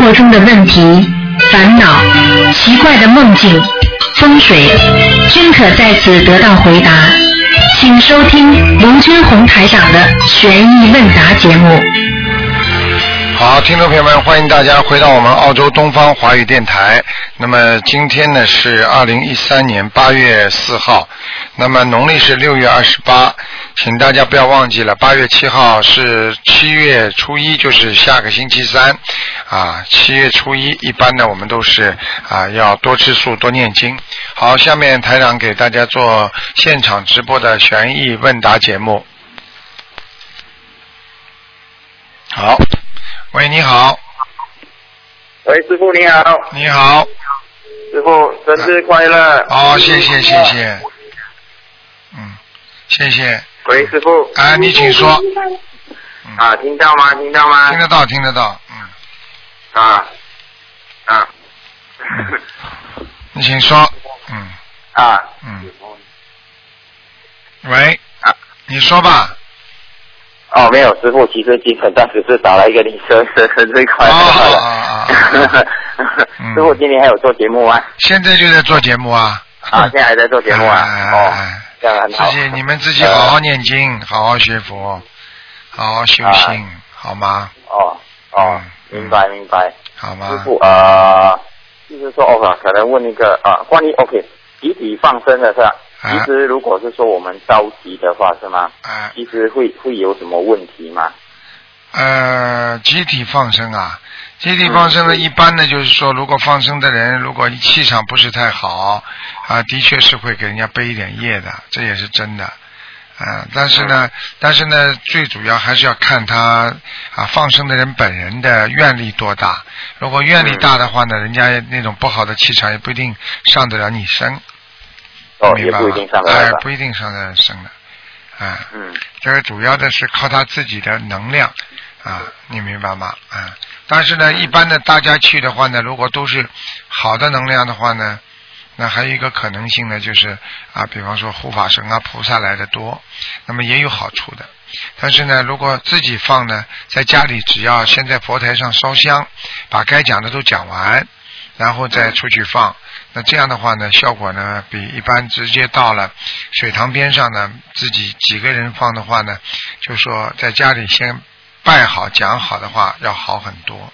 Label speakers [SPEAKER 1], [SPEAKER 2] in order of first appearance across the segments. [SPEAKER 1] 活中的问题、烦恼、奇怪的梦境、风水，均可在此得到回答。请收听卢军红台长的《悬疑问答》节目。
[SPEAKER 2] 好，听众朋友们，欢迎大家回到我们澳洲东方华语电台。那么今天呢是二零一三年八月四号，那么农历是六月二十八，请大家不要忘记了，八月七号是七月初一，就是下个星期三啊。七月初一一般呢我们都是啊要多吃素，多念经。好，下面台长给大家做现场直播的悬疑问答节目。好。喂，你好，
[SPEAKER 3] 喂，师傅你好，
[SPEAKER 2] 你好，
[SPEAKER 3] 师傅生日快乐！
[SPEAKER 2] 哦，谢谢谢谢，嗯，谢谢，
[SPEAKER 3] 喂，师傅
[SPEAKER 2] 哎，你请说，
[SPEAKER 3] 啊，听到吗？听到吗
[SPEAKER 2] 听？得到听得到，嗯，
[SPEAKER 3] 啊啊
[SPEAKER 2] 你请说，嗯
[SPEAKER 3] 啊！
[SPEAKER 2] 嗯，喂
[SPEAKER 3] 啊，
[SPEAKER 2] 你说吧，
[SPEAKER 3] 哦，没有，师傅，其实基本上只是打了一个你生生 生日快
[SPEAKER 2] 哦 哦
[SPEAKER 3] 乐。
[SPEAKER 2] 嗯
[SPEAKER 3] 师傅今天还有做节目吗？
[SPEAKER 2] 现在就在做节目啊， 哎
[SPEAKER 3] 啊，现在还在做节目啊？哦，这样很
[SPEAKER 2] 自
[SPEAKER 3] 好。呃
[SPEAKER 2] 己你们自己好好念经，好好学佛，好好修心，好吗？
[SPEAKER 3] 哦啊哦，
[SPEAKER 2] 嗯
[SPEAKER 3] 明白明白。
[SPEAKER 2] 好
[SPEAKER 3] 师
[SPEAKER 2] 吗？
[SPEAKER 3] 傅啊呃，就是说哦，可能问一个啊，关于 OK 集体放生的是吧？
[SPEAKER 2] 啊
[SPEAKER 3] 其实如果是说我们着急的话是吗？
[SPEAKER 2] 哎。
[SPEAKER 3] 其实会会有什么问题吗？
[SPEAKER 2] 呃，集体放生啊，集体放生呢，
[SPEAKER 3] 嗯
[SPEAKER 2] 一般呢就是说，如果放生的人如果气场不是太好啊，的确是会给人家背一点业的，这也是真的。啊，但是呢，
[SPEAKER 3] 嗯
[SPEAKER 2] 但是呢，最主要还是要看他啊放生的人本人的愿力多大。如果愿力
[SPEAKER 3] 嗯
[SPEAKER 2] 大的话呢，人家那种不好的气场也不一定上得了你身，
[SPEAKER 3] 哦，
[SPEAKER 2] 明
[SPEAKER 3] 也
[SPEAKER 2] 白
[SPEAKER 3] 不一
[SPEAKER 2] 吗
[SPEAKER 3] 定上？得
[SPEAKER 2] 哎
[SPEAKER 3] 来，吧
[SPEAKER 2] 不。一定上得了身的，啊。
[SPEAKER 3] 嗯，
[SPEAKER 2] 这个主要的是靠他自己的能量啊，你明白吗？啊，但是呢，一般的大家去的话呢，如果都是好的能量的话呢，那还有一个可能性呢，就是啊，比方说护法神啊、菩萨来的多，那么也有好处的。但是呢，如果自己放呢，在家里只要先在佛台上烧香，把该讲的都讲完，然后再出去放。那这样的话呢，效果呢比一般直接到了水塘边上呢，自己几个人放的话呢，就说在家里先拜好讲好的话要好很多，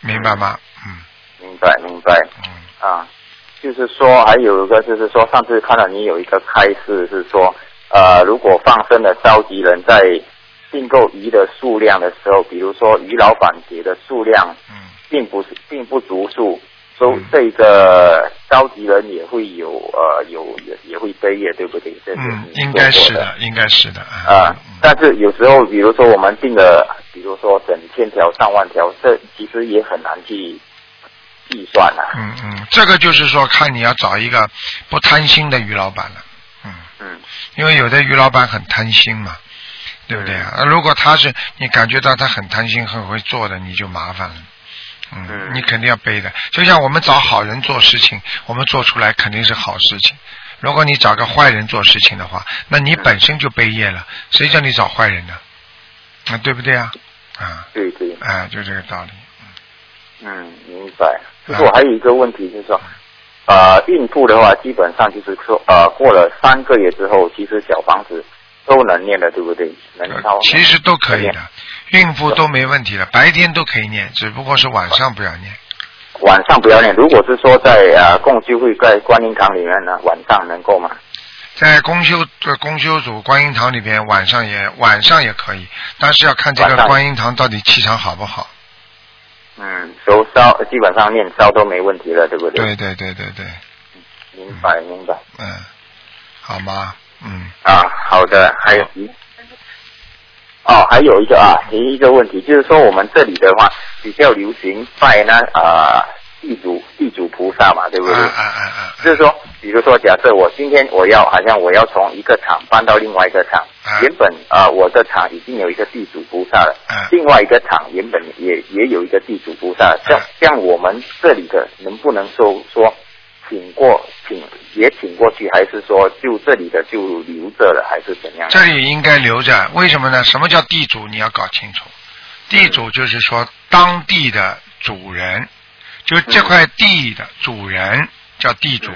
[SPEAKER 2] 明白吗？嗯
[SPEAKER 3] 明白明白
[SPEAKER 2] 嗯，
[SPEAKER 3] 啊。就是说，还有一个就是说，上次看到你有一个开示是说，呃，如果放生的召集人在订购鱼的数量的时候，比如说鱼老板给的数量
[SPEAKER 2] 嗯，
[SPEAKER 3] 并不是并不足数，所以
[SPEAKER 2] 嗯
[SPEAKER 3] 这个召集人也会有呃有也也会飞跃，对不对？这是
[SPEAKER 2] 嗯，
[SPEAKER 3] 你
[SPEAKER 2] 应该
[SPEAKER 3] 说
[SPEAKER 2] 是
[SPEAKER 3] 过的
[SPEAKER 2] 的，应该是的
[SPEAKER 3] 啊、
[SPEAKER 2] 嗯
[SPEAKER 3] 但是有时候，比如说我们定了，比如说整千条、上万条，这其实也很难去计算啊。
[SPEAKER 2] 嗯嗯，这个就是说看你要找一个不贪心的于老板了，嗯，
[SPEAKER 3] 嗯
[SPEAKER 2] 因为有的于老板很贪心嘛，对不对啊？
[SPEAKER 3] 嗯
[SPEAKER 2] 呃如果他是你感觉到他很贪心、很会做的，你就麻烦了。嗯，
[SPEAKER 3] 嗯
[SPEAKER 2] 你肯定要背的。就像我们找好人做事情，我们做出来肯定是好事情。如果你找个坏人做事情的话，那你本身就背业了，谁叫你找坏人呢？啊，对不对啊？啊，
[SPEAKER 3] 对对，
[SPEAKER 2] 哎，就这个道理。
[SPEAKER 3] 嗯，明白。就是我还有一个问题，就是说，呃，孕妇的话，基本上就是说，呃，过了三个月之后，其实小房子都能念的，对不对？能超。
[SPEAKER 2] 呃其实都可以
[SPEAKER 3] 能
[SPEAKER 2] 的，孕妇都没问题的，白天都可以念，只不过是晚上不要念。
[SPEAKER 3] 晚上不要念。如果是说在呃共修会在观音堂里面呢，晚上能够吗？
[SPEAKER 2] 在公修呃公修组观音堂里边，晚上也晚上也可以，但是要看这
[SPEAKER 3] 晚
[SPEAKER 2] 个
[SPEAKER 3] 上
[SPEAKER 2] 观音堂到底气场好不好。
[SPEAKER 3] 嗯，手烧基本上念烧都没问题了，对不对？
[SPEAKER 2] 对对对对对，
[SPEAKER 3] 明白明白。
[SPEAKER 2] 嗯，好吗？嗯，
[SPEAKER 3] 啊，好的，还有一。哦，还有一个啊，第一个问题就是说，我们这里的话比较流行拜那啊、地主地主菩萨嘛，对不对？
[SPEAKER 2] 啊啊啊啊！
[SPEAKER 3] 就是说，比如说，假设我今天我要，好像我要从一个厂搬到另外一个厂，
[SPEAKER 2] 啊
[SPEAKER 3] 原本啊、我的厂已经有一个地主菩萨了，
[SPEAKER 2] 啊
[SPEAKER 3] 另外一个厂原本也也有一个地主菩萨，像
[SPEAKER 2] 啊
[SPEAKER 3] 像我们这里的能不能说说请过请也请过去，还是说就这里的就留着了，还是怎样？
[SPEAKER 2] 这里应该留着，
[SPEAKER 3] 嗯
[SPEAKER 2] 为什么呢？什么叫地主？你要搞清楚。地主就是说当地的主人，就这块地的主人叫地主，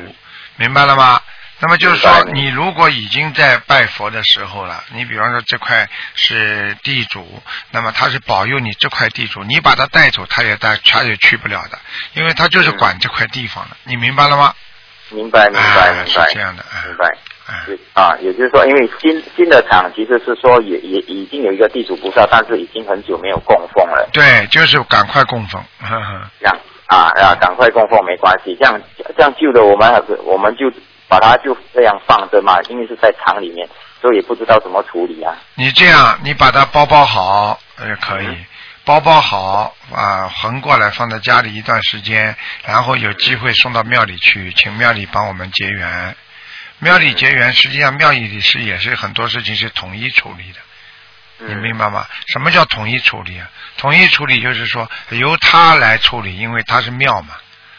[SPEAKER 2] 明白了吗？那么就是说
[SPEAKER 3] 嗯明，白
[SPEAKER 2] 你如果已经在拜佛的时候了，你比方说这块是地主，那么他是保佑你这块地主，你把他带走，他也带他也去不了的，因为他就是
[SPEAKER 3] 嗯
[SPEAKER 2] 管这块地方的，你明白了吗？
[SPEAKER 3] 明白明白
[SPEAKER 2] 啊
[SPEAKER 3] 明白
[SPEAKER 2] 是这样的啊
[SPEAKER 3] 明白。
[SPEAKER 2] 哎，
[SPEAKER 3] 是啊，也就是说，因为新新的厂其实是说也也已经有一个地主菩萨，但是已经很久没有供奉了，
[SPEAKER 2] 对，就是赶快供奉，呵呵
[SPEAKER 3] 这样啊啊，赶快供奉没关系，这样这样旧的我们还是我们就把它就这样放着嘛，因为是在厂里面，所以也不知道怎么处理啊。
[SPEAKER 2] 你这样，你把它包包好也可以，包包好啊、横过来放在家里一段时间，然后有机会送到庙里去，请庙里帮我们结缘。庙里结缘，实际上庙里是也是很多事情是统一处理的，你
[SPEAKER 3] 嗯，
[SPEAKER 2] 明白吗？什么叫统一处理啊？统一处理就是说由他来处理，因为他是庙嘛，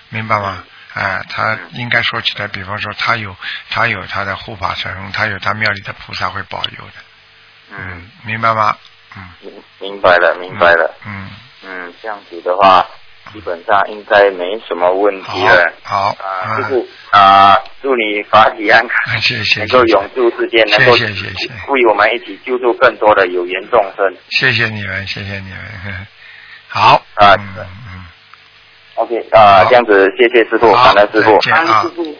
[SPEAKER 2] 明白吗？哎，他应该说起来，比方说他有他有他的护法神，他有他庙里的菩萨会保佑的。
[SPEAKER 3] 嗯，
[SPEAKER 2] 嗯，明白吗？嗯，
[SPEAKER 3] 明明白了明白了，
[SPEAKER 2] 嗯，
[SPEAKER 3] 嗯，这样子的话，基本上应该没什么问
[SPEAKER 2] 好
[SPEAKER 3] 题了。，
[SPEAKER 2] 好，
[SPEAKER 3] 啊，
[SPEAKER 2] 嗯
[SPEAKER 3] 师傅啊，祝你法体安 康。
[SPEAKER 2] 谢谢，
[SPEAKER 3] 能够
[SPEAKER 2] 谢谢
[SPEAKER 3] 永驻世间，能够
[SPEAKER 2] 谢谢谢谢
[SPEAKER 3] 为我们一起救助更多的有缘众生。
[SPEAKER 2] 谢谢你们，谢谢你们， 呵呵好，
[SPEAKER 3] 啊
[SPEAKER 2] 嗯嗯，
[SPEAKER 3] OK，啊、
[SPEAKER 2] 好
[SPEAKER 3] 这样子，谢谢师傅，
[SPEAKER 2] 好
[SPEAKER 3] 感恩师傅
[SPEAKER 2] 再，见啊，
[SPEAKER 4] 师傅，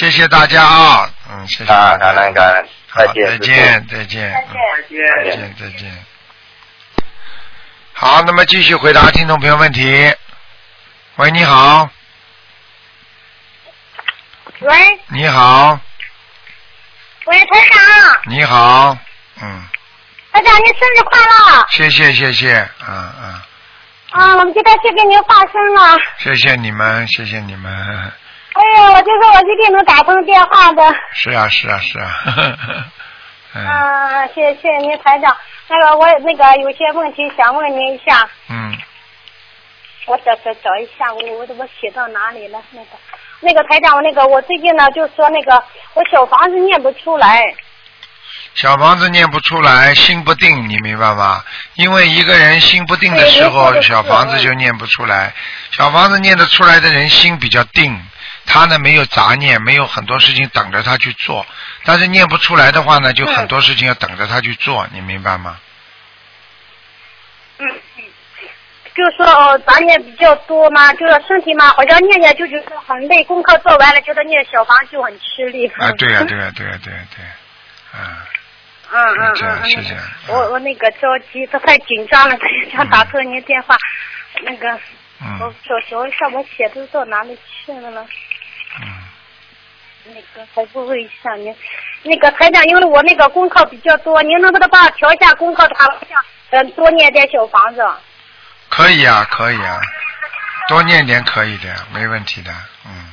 [SPEAKER 2] 谢谢大家啊，嗯，谢谢
[SPEAKER 3] 啊，
[SPEAKER 2] 大
[SPEAKER 3] 感
[SPEAKER 2] 家，
[SPEAKER 3] 恩感恩，
[SPEAKER 2] 好
[SPEAKER 3] 再见，
[SPEAKER 2] 再
[SPEAKER 3] 师傅
[SPEAKER 2] 见，再见，
[SPEAKER 4] 再
[SPEAKER 2] 嗯
[SPEAKER 4] 见。
[SPEAKER 2] 再见，再见。好，那么继续回答听众朋友问题。喂，你好，
[SPEAKER 4] 喂
[SPEAKER 2] 你好，
[SPEAKER 4] 喂，台长，
[SPEAKER 2] 你好，嗯，
[SPEAKER 4] 台长您生日快乐！
[SPEAKER 2] 谢谢，谢谢，嗯嗯，
[SPEAKER 4] 啊，我们这边去给您放生了。
[SPEAKER 2] 谢谢你们，谢谢你们。呵呵
[SPEAKER 4] 哎呀，我就说我一定能打通电话的。
[SPEAKER 2] 是啊，是啊，是 啊。嗯
[SPEAKER 4] 啊，谢谢您台长。那个我那个有些问题想问您一下，
[SPEAKER 2] 嗯，
[SPEAKER 4] 我找找找一下，我我我写到哪里了？那个那个台长，我那个我最近呢就说那个我小房子念不出来。
[SPEAKER 2] 小房子念不出来，心不定，你明白吗？因为一个人心不定的
[SPEAKER 4] 对
[SPEAKER 2] 时
[SPEAKER 4] 没错
[SPEAKER 2] 候，
[SPEAKER 4] 没错
[SPEAKER 2] 小房子就念不出来。小房子念得出来的人心比较定，他呢没有杂念，没有很多事情等着他去做。但是念不出来的话呢，就很多事情要等着他去做，你明白吗？
[SPEAKER 4] 嗯，就说哦，杂念比较多嘛，就是身体嘛，好像念念就觉得很累，功课做完了，觉得念小房就很吃力。
[SPEAKER 2] 啊，对呀、对呀、对呀、对呀、对呀、啊，
[SPEAKER 4] 嗯嗯嗯
[SPEAKER 2] 是这样
[SPEAKER 4] 嗯，
[SPEAKER 2] 是
[SPEAKER 4] 那
[SPEAKER 2] 这
[SPEAKER 4] 个
[SPEAKER 2] 样
[SPEAKER 4] 我我那个着急，都快紧张了， 想打通您电话。那个，我
[SPEAKER 2] 嗯
[SPEAKER 4] 找找一下，我写的到哪里去了呢？
[SPEAKER 2] 嗯。
[SPEAKER 4] 那个，还不问一下您，那个台长，因为我那个功课比较多，您能不能帮我调一下功课的话，我想嗯多念点小房子。
[SPEAKER 2] 可以啊，可以啊，多念点可以的，没问题的，嗯，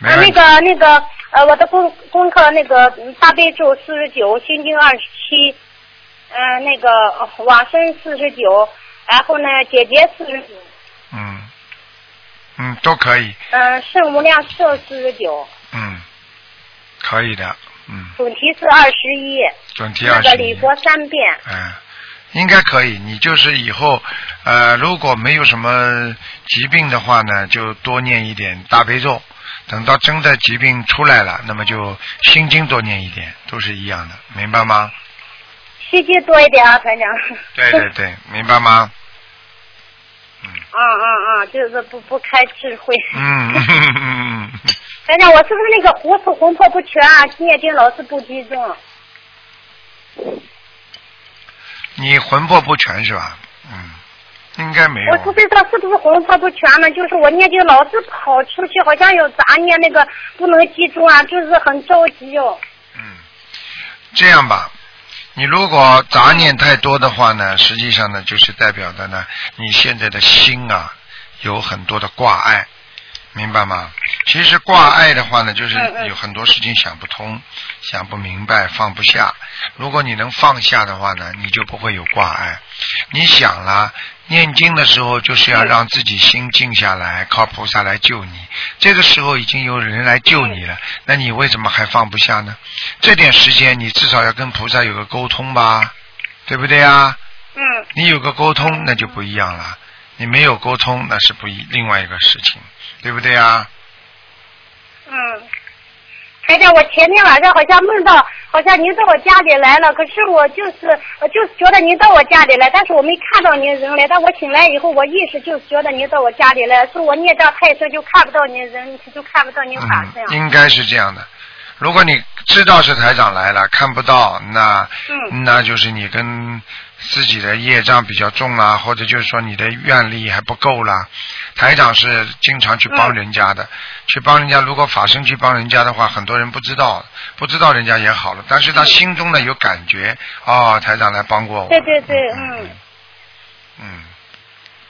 [SPEAKER 2] 没
[SPEAKER 4] 啊，
[SPEAKER 2] 问
[SPEAKER 4] 那
[SPEAKER 2] 题。
[SPEAKER 4] 个那个呃，我的功功课那个嗯大悲咒四十九，心经二十七，嗯，那个呃往生四十九，然后呢，姐姐四十九，
[SPEAKER 2] 嗯，嗯，都可以，
[SPEAKER 4] 嗯，圣无量寿四十九，
[SPEAKER 2] 嗯，可以的，嗯，
[SPEAKER 4] 准提是二十一，
[SPEAKER 2] 准提
[SPEAKER 4] 那
[SPEAKER 2] 二
[SPEAKER 4] 个
[SPEAKER 2] 十
[SPEAKER 4] 礼
[SPEAKER 2] 一，
[SPEAKER 4] 佛三遍，
[SPEAKER 2] 嗯，应该可以。你就是以后，呃，如果没有什么疾病的话呢，就多念一点大悲咒。等到真的疾病出来了，那么就心经多念一点，都是一样的，明白吗？
[SPEAKER 4] 心经多一点啊，团长。
[SPEAKER 2] 对对对，明白吗？
[SPEAKER 4] 嗯嗯嗯，就是不不开智慧。
[SPEAKER 2] 嗯。嗯
[SPEAKER 4] 团长，我是不是那个魂魄魂魄不全啊？念经老是不集中。
[SPEAKER 2] 你魂魄不全是吧？嗯，应该没有
[SPEAKER 4] 我。不知道是不是魂魄不全呢？就是我念经老是跑出去，好像有杂念，那个不能集中啊，就是很着急哦。
[SPEAKER 2] 嗯，这样吧，你如果杂念太多的话呢，实际上呢，就是代表的呢，你现在的心啊，有很多的挂碍，明白吗？其实挂碍的话呢，就是
[SPEAKER 4] 嗯嗯
[SPEAKER 2] 有很多事情想不通、想不明白、放不下。如果你能放下的话呢，你就不会有挂碍。你想啦，念经的时候就是
[SPEAKER 4] 嗯
[SPEAKER 2] 要让自己心静下来，靠菩萨来救你。这个时候已经有人来救你了，
[SPEAKER 4] 嗯
[SPEAKER 2] 那你为什么还放不下呢？这点时间你至少要跟菩萨有个沟通吧，对不对啊？
[SPEAKER 4] 嗯
[SPEAKER 2] 你有个沟通，那就不一样了。你没有沟通，那是不一另外一个事情，对不对啊？
[SPEAKER 4] 嗯，台长，我前天晚上好像梦到，好像您到我家里来了，可是我就是我就是觉得您到我家里来，但是我没看到您人来。但我醒来以后，我意识就是觉得您到我家里来，是我孽障太深，就看不到您人，就看不到您法啊这
[SPEAKER 2] 嗯
[SPEAKER 4] 样。，
[SPEAKER 2] 应该是这样的。如果你知道是台长来了，看不到，那、
[SPEAKER 4] 嗯
[SPEAKER 2] 那就是你跟自己的业障比较重啦，或者就是说你的愿力还不够啦。台长是经常去帮
[SPEAKER 4] 嗯
[SPEAKER 2] 人家的，去帮人家。如果法身去帮人家的话，很多人不知道，不知道人家也好了，但是他心中呢有感觉，哦，台长来帮过我。
[SPEAKER 4] 对对对，
[SPEAKER 2] 嗯
[SPEAKER 4] 嗯。
[SPEAKER 2] 嗯，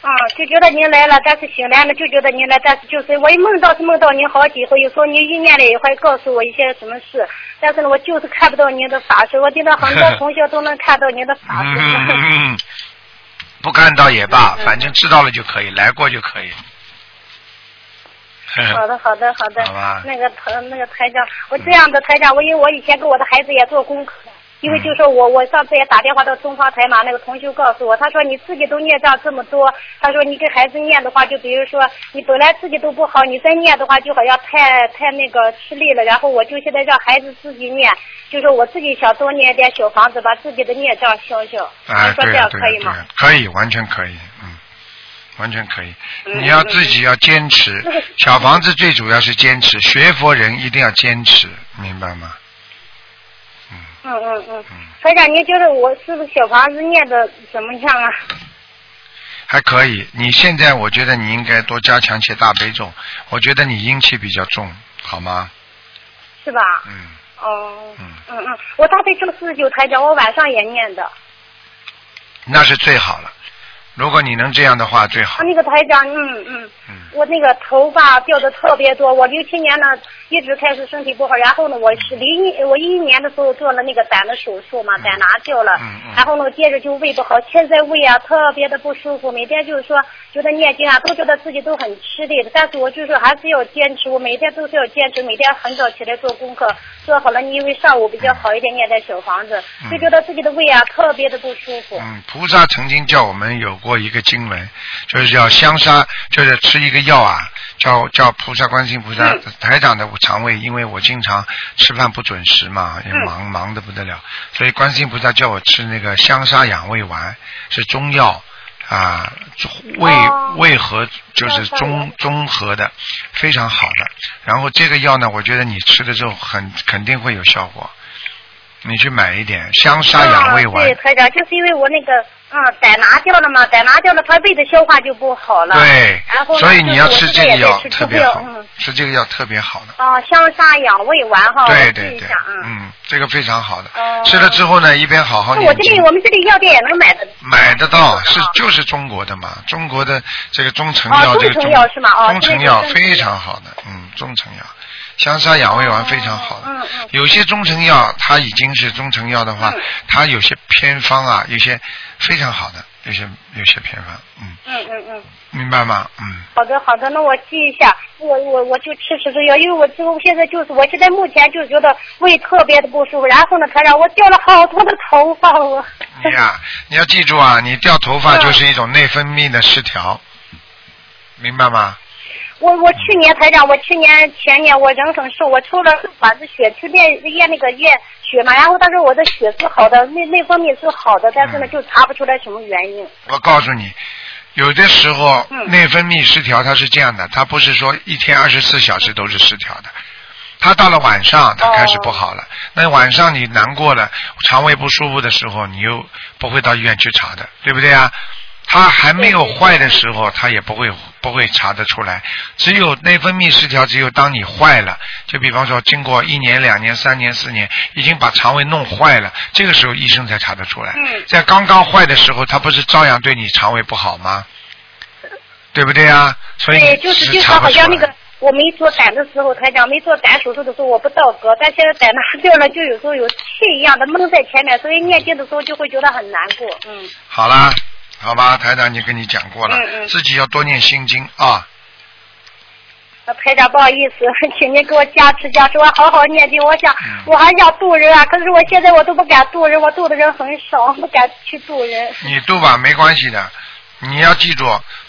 [SPEAKER 4] 啊，就觉得您来了，但是醒来了就觉得您来，但是就是我一梦到是梦到您好几回，有时候您意念里也会告诉我一些什么事，但是呢，我就是看不到您的法师，我听到很多同学都能看到您的法
[SPEAKER 2] 嗯
[SPEAKER 4] 师。
[SPEAKER 2] 嗯嗯， 不看到也罢，
[SPEAKER 4] 嗯
[SPEAKER 2] 反正知道了就可以，来过就可以。
[SPEAKER 4] 好的，好的，好的。
[SPEAKER 2] 好吧
[SPEAKER 4] 那个台，那个台长，我这样的台长，我因为我以前给我的孩子也做功课，
[SPEAKER 2] 嗯
[SPEAKER 4] 因为就说我我上次也打电话到东方台嘛，那个同修告诉我，他说你自己都念障这么多，他说你给孩子念的话，就比如说你本来自己都不好，你再念的话，就好像太太那个吃力了。然后我就现在让孩子自己念，就是我自己想多念一点小房子，把自己的孽障消消。
[SPEAKER 2] 啊，
[SPEAKER 4] 您说
[SPEAKER 2] 对
[SPEAKER 4] 这
[SPEAKER 2] 呀
[SPEAKER 4] 样
[SPEAKER 2] 对
[SPEAKER 4] 可以
[SPEAKER 2] 呀对
[SPEAKER 4] 吗？
[SPEAKER 2] 呀，可以，完全可以，嗯，完全可以。
[SPEAKER 4] 嗯
[SPEAKER 2] 你要自己要坚持
[SPEAKER 4] 嗯嗯，
[SPEAKER 2] 小房子最主要是坚持，学佛人一定要坚持，明白吗？
[SPEAKER 4] 嗯嗯嗯
[SPEAKER 2] 嗯。
[SPEAKER 4] 台长，您觉得我是不是小房子念的怎么样啊？
[SPEAKER 2] 还可以，你现在我觉得你应该多加强些大悲咒，我觉得你阴气比较重，好吗？
[SPEAKER 4] 是吧？
[SPEAKER 2] 嗯，
[SPEAKER 4] 哦，
[SPEAKER 2] 嗯
[SPEAKER 4] 嗯嗯，我大悲咒四十九台讲，我晚上也念的。啊，
[SPEAKER 2] 那是最好了。如果你能这样的话，最好。
[SPEAKER 4] 那个台长，嗯嗯，
[SPEAKER 2] 嗯
[SPEAKER 4] 我那个头发掉的特别多。我六七年呢一直开始身体不好，然后呢，我是零一我一一年的时候做了那个胆的手术嘛，胆拿掉了，
[SPEAKER 2] 嗯嗯
[SPEAKER 4] 然后呢，接着就胃不好，现在胃啊特别的不舒服，每天就是说觉得念经啊，都觉得自己都很吃力，但是我就是还是要坚持，我每天都是要坚持，每天很早起来做功课，做好了，因为上午比较好一点，念点小房子，就觉得自己的胃啊特别的不舒服。
[SPEAKER 2] 嗯，菩萨曾经叫我们有过一个经文，就是叫香砂，就是吃一个药啊，叫叫菩萨观世音菩萨、
[SPEAKER 4] 嗯
[SPEAKER 2] 台长的肠胃，因为我经常吃饭不准时嘛，
[SPEAKER 4] 嗯
[SPEAKER 2] 也忙、忙的不得了，所以观世音菩萨叫我吃那个香砂养胃丸，是中药。啊，胃
[SPEAKER 4] 哦
[SPEAKER 2] 胃和就是
[SPEAKER 4] 香砂
[SPEAKER 2] 中
[SPEAKER 4] 丸
[SPEAKER 2] 综合的，非常好的。然后这个药呢，我觉得你吃了之后很肯定会有效果。你去买一点香砂养胃丸
[SPEAKER 4] 啊、对，，台长，就是因为我那个嗯胆拿掉了嘛，胆拿掉了，它胃的消化就不好了。。
[SPEAKER 2] 对
[SPEAKER 4] 然后，呢
[SPEAKER 2] 所以你要
[SPEAKER 4] 就是
[SPEAKER 2] 吃这
[SPEAKER 4] 我现在
[SPEAKER 2] 个
[SPEAKER 4] 也
[SPEAKER 2] 药
[SPEAKER 4] 在吃
[SPEAKER 2] 特
[SPEAKER 4] 这
[SPEAKER 2] 别
[SPEAKER 4] 个药
[SPEAKER 2] 好
[SPEAKER 4] 嗯，
[SPEAKER 2] 吃这个药特别好的。
[SPEAKER 4] 啊，香砂养胃丸哈，
[SPEAKER 2] 对
[SPEAKER 4] 我
[SPEAKER 2] 对
[SPEAKER 4] 记一
[SPEAKER 2] 对
[SPEAKER 4] 下，，嗯。
[SPEAKER 2] 嗯，这个非常好的。
[SPEAKER 4] 哦
[SPEAKER 2] 吃了之后呢，一边好好
[SPEAKER 4] 那我
[SPEAKER 2] 念
[SPEAKER 4] 这
[SPEAKER 2] 经
[SPEAKER 4] 里，我们这里药店也能买的。
[SPEAKER 2] 买得到是
[SPEAKER 4] 啊
[SPEAKER 2] 就是中国的嘛，中国的这个中成
[SPEAKER 4] 哦
[SPEAKER 2] 药，这个
[SPEAKER 4] 中成
[SPEAKER 2] 中
[SPEAKER 4] 药是吗哦
[SPEAKER 2] 中
[SPEAKER 4] 这个
[SPEAKER 2] 成
[SPEAKER 4] 是
[SPEAKER 2] 药
[SPEAKER 4] 中成
[SPEAKER 2] 非
[SPEAKER 4] 药
[SPEAKER 2] 常好的，嗯，中成药，香砂养胃啊丸非常好的。
[SPEAKER 4] 嗯嗯。
[SPEAKER 2] 有些中成药，它已经是中成药的话
[SPEAKER 4] 嗯，
[SPEAKER 2] 它有些偏方啊，有些非常好的，有些有些偏方，嗯，
[SPEAKER 4] 嗯嗯嗯，
[SPEAKER 2] 明白吗？嗯。
[SPEAKER 4] 好的好的，那我记一下，我我我就吃吃这药，因为我这个现在就是，我现在目前就觉得胃特别的不舒服，然后呢，台长，我掉了好多的头发，我。
[SPEAKER 2] 你呀、你要记住啊，你掉头发
[SPEAKER 4] 嗯
[SPEAKER 2] 就是一种内分泌的失调，明白吗？
[SPEAKER 4] 我我去年台长，我去年前年我人很瘦，我抽了管子血去验验那个验血嘛，然后但是我的血是好的，内内分泌是好的，但是呢
[SPEAKER 2] 嗯
[SPEAKER 4] 就查不出来什么原因。
[SPEAKER 2] 我告诉你，有的时候
[SPEAKER 4] 嗯
[SPEAKER 2] 内分泌失调，它是这样的，它不是说一天二十四小时都是失调的。它到了晚上，它开始不好了。那晚上你难过了，肠胃不舒服的时候，你又不会到医院去查的，对不对啊？它还没有坏的时候，它也不会不会查得出来。只有内分泌失调，只有当你坏了，就比方说经过一年、两年、三年、四年，已经把肠胃弄坏了，这个时候医生才查得出来。
[SPEAKER 4] 嗯
[SPEAKER 2] 在刚刚坏的时候，它不是照样对你肠胃不好吗？对不对啊？所以
[SPEAKER 4] 对，
[SPEAKER 2] 你
[SPEAKER 4] 就是
[SPEAKER 2] 是
[SPEAKER 4] 就是
[SPEAKER 2] 查不
[SPEAKER 4] 好像
[SPEAKER 2] 出
[SPEAKER 4] 那
[SPEAKER 2] 来
[SPEAKER 4] 个我没做胆的时候，台长没做胆手术的时候我不道格，但现在胆拿掉了，就有时候有气一样的闷在前面，所以念经的时候就会觉得很难过。嗯，
[SPEAKER 2] 好啦，好吧，台长已经跟你讲过了，
[SPEAKER 4] 嗯嗯
[SPEAKER 2] 自己要多念心经啊。
[SPEAKER 4] 那台呃长不好意思， 请您给我加持加持，我好好念经，我想
[SPEAKER 2] 嗯
[SPEAKER 4] 我还想渡人啊，可是我现在我都不敢渡人，我渡的人很少，不敢去渡人。
[SPEAKER 2] 你渡吧，没关系的。你要记住，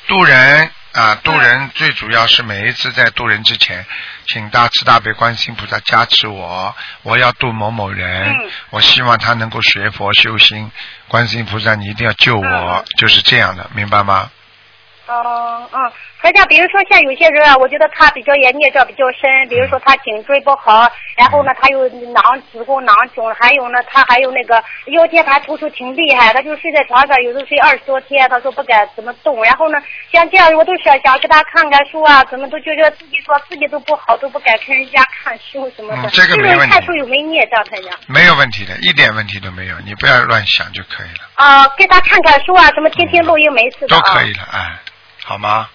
[SPEAKER 2] 渡人
[SPEAKER 4] 嗯
[SPEAKER 2] 啊，渡人最主要是每一次在渡人之前，请大慈大悲观世音菩萨加持我，我要渡某某人，
[SPEAKER 4] 嗯
[SPEAKER 2] 我希望他能够学佛修心，观世音菩萨你一定要救我，
[SPEAKER 4] 嗯
[SPEAKER 2] 就是这样的，明白吗？
[SPEAKER 4] 嗯嗯，台长，比如说像有些人啊，我觉得他比较也孽障比较深，比如
[SPEAKER 2] 嗯
[SPEAKER 4] 说他颈椎不好，然后呢，他有囊子宫囊肿，还有呢，他还有那个腰间盘突出挺厉害，他就睡在床上，有时候睡二十多天，他说不敢怎么动，然后呢，像这样我都想想给他看看书啊，怎么都觉得自己说自己都不好，都不敢跟人家看书什么的，
[SPEAKER 2] 嗯这个没问
[SPEAKER 4] 种
[SPEAKER 2] 题
[SPEAKER 4] 看书有没有孽障，台长？
[SPEAKER 2] 没有问题的，一点问题都没有，你不要乱想就可以了，
[SPEAKER 4] 啊，给他看看书啊，什么听听录音没事的
[SPEAKER 2] 都
[SPEAKER 4] 啊。
[SPEAKER 2] 可以了，哎，好吗？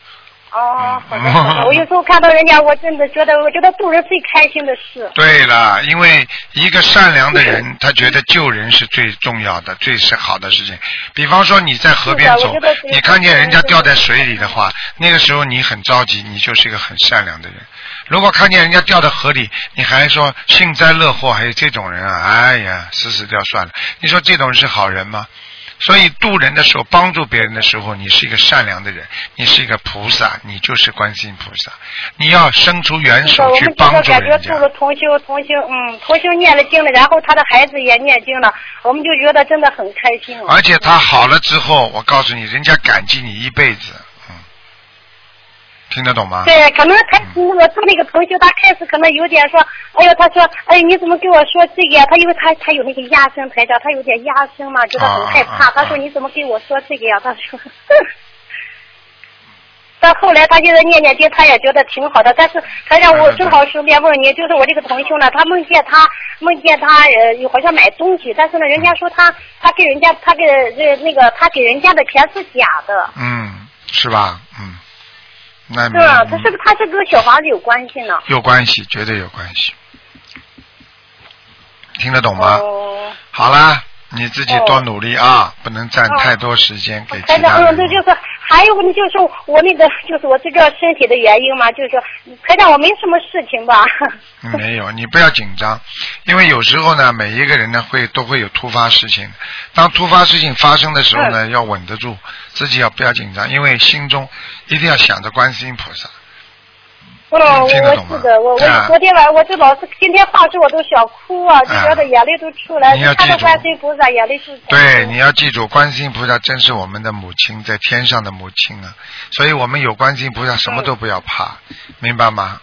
[SPEAKER 4] 哦，好 的，好的。我有时候看到人家，我真的觉得，我觉得渡人最开心的事。
[SPEAKER 2] 对了，因为一个善良的人，他觉得救人是最重要的、最是好的事情。比方说你在河边
[SPEAKER 4] 是的
[SPEAKER 2] 走
[SPEAKER 4] 我觉得是，
[SPEAKER 2] 你看见人家掉在水里的话，那个时候你很着急，你就是一个很善良的人。如果看见人家掉到河里，你还说幸灾乐祸，还有这种人啊，哎呀，死死掉算了。你说这种人是好人吗？所以渡人的时候，帮助别人的时候，你是一个善良的人，你是一个菩萨，你就是观世音菩萨。你要伸出援
[SPEAKER 4] 是的
[SPEAKER 2] 手
[SPEAKER 4] 我
[SPEAKER 2] 去
[SPEAKER 4] 们
[SPEAKER 2] 帮
[SPEAKER 4] 几个
[SPEAKER 2] 助
[SPEAKER 4] 感觉
[SPEAKER 2] 人
[SPEAKER 4] 住
[SPEAKER 2] 家。
[SPEAKER 4] 了同修，同修，嗯，同修念了经了，然后他的孩子也念经了，我们就觉得真的很开心了。
[SPEAKER 2] 而且他好了之后，我告诉你，人家感激你一辈子。嗯，听得懂吗？
[SPEAKER 4] 对，可能开始我做那个同学，他开始可能有点说，哎呦，他说，哎，你怎么跟我说这个呀？他因为他他有那个压声台长，他有点压声嘛，觉得很害
[SPEAKER 2] 啊啊
[SPEAKER 4] 怕。
[SPEAKER 2] 啊
[SPEAKER 4] 他说你怎么跟我说这个呀？他说。到后来，他现在念念经，他也觉得挺好的。但是他让我
[SPEAKER 2] 对对对
[SPEAKER 4] 正好顺便问你，就是我这个同修呢，他梦见他梦见他呃，好像买东西，但是呢，人家说他他给人家他给呃那个他给人家的钱是假的，
[SPEAKER 2] 嗯，是吧？嗯，那
[SPEAKER 4] 是吧？
[SPEAKER 2] 没
[SPEAKER 4] 嗯他啊是不是他是跟小房子有关系呢？
[SPEAKER 2] 有关系，绝对有关系。听得懂吗？
[SPEAKER 4] 哦，
[SPEAKER 2] 好啦，你自己多努力啊，不能占
[SPEAKER 4] 哦
[SPEAKER 2] 太多时间给
[SPEAKER 4] 台
[SPEAKER 2] 哎其
[SPEAKER 4] 长，
[SPEAKER 2] 他
[SPEAKER 4] 嗯，
[SPEAKER 2] 人。
[SPEAKER 4] 对，就是还有呢，就是我那个，就是我这个身体的原因嘛，就是台长，我没什么事情吧？
[SPEAKER 2] 嗯没有，你不要紧张，因为有时候呢，每一个人呢会都会有突发事情。当突发事情发生的时候呢，要稳得住，自己要不要紧张，因为心中一定要想着观世音菩萨。
[SPEAKER 4] 嗯，我
[SPEAKER 2] 听得懂吗
[SPEAKER 4] 是的，我
[SPEAKER 2] 啊
[SPEAKER 4] 我昨天晚上我这老是今天放生我都想哭啊，就觉得眼泪都出来，
[SPEAKER 2] 你要
[SPEAKER 4] 就看到
[SPEAKER 2] 记住
[SPEAKER 4] 观世音菩萨眼泪就
[SPEAKER 2] 对，你要记住，观世音菩萨真是我们的母亲，在天上的母亲啊，所以我们有观世音菩萨，什么都不要怕，明白吗？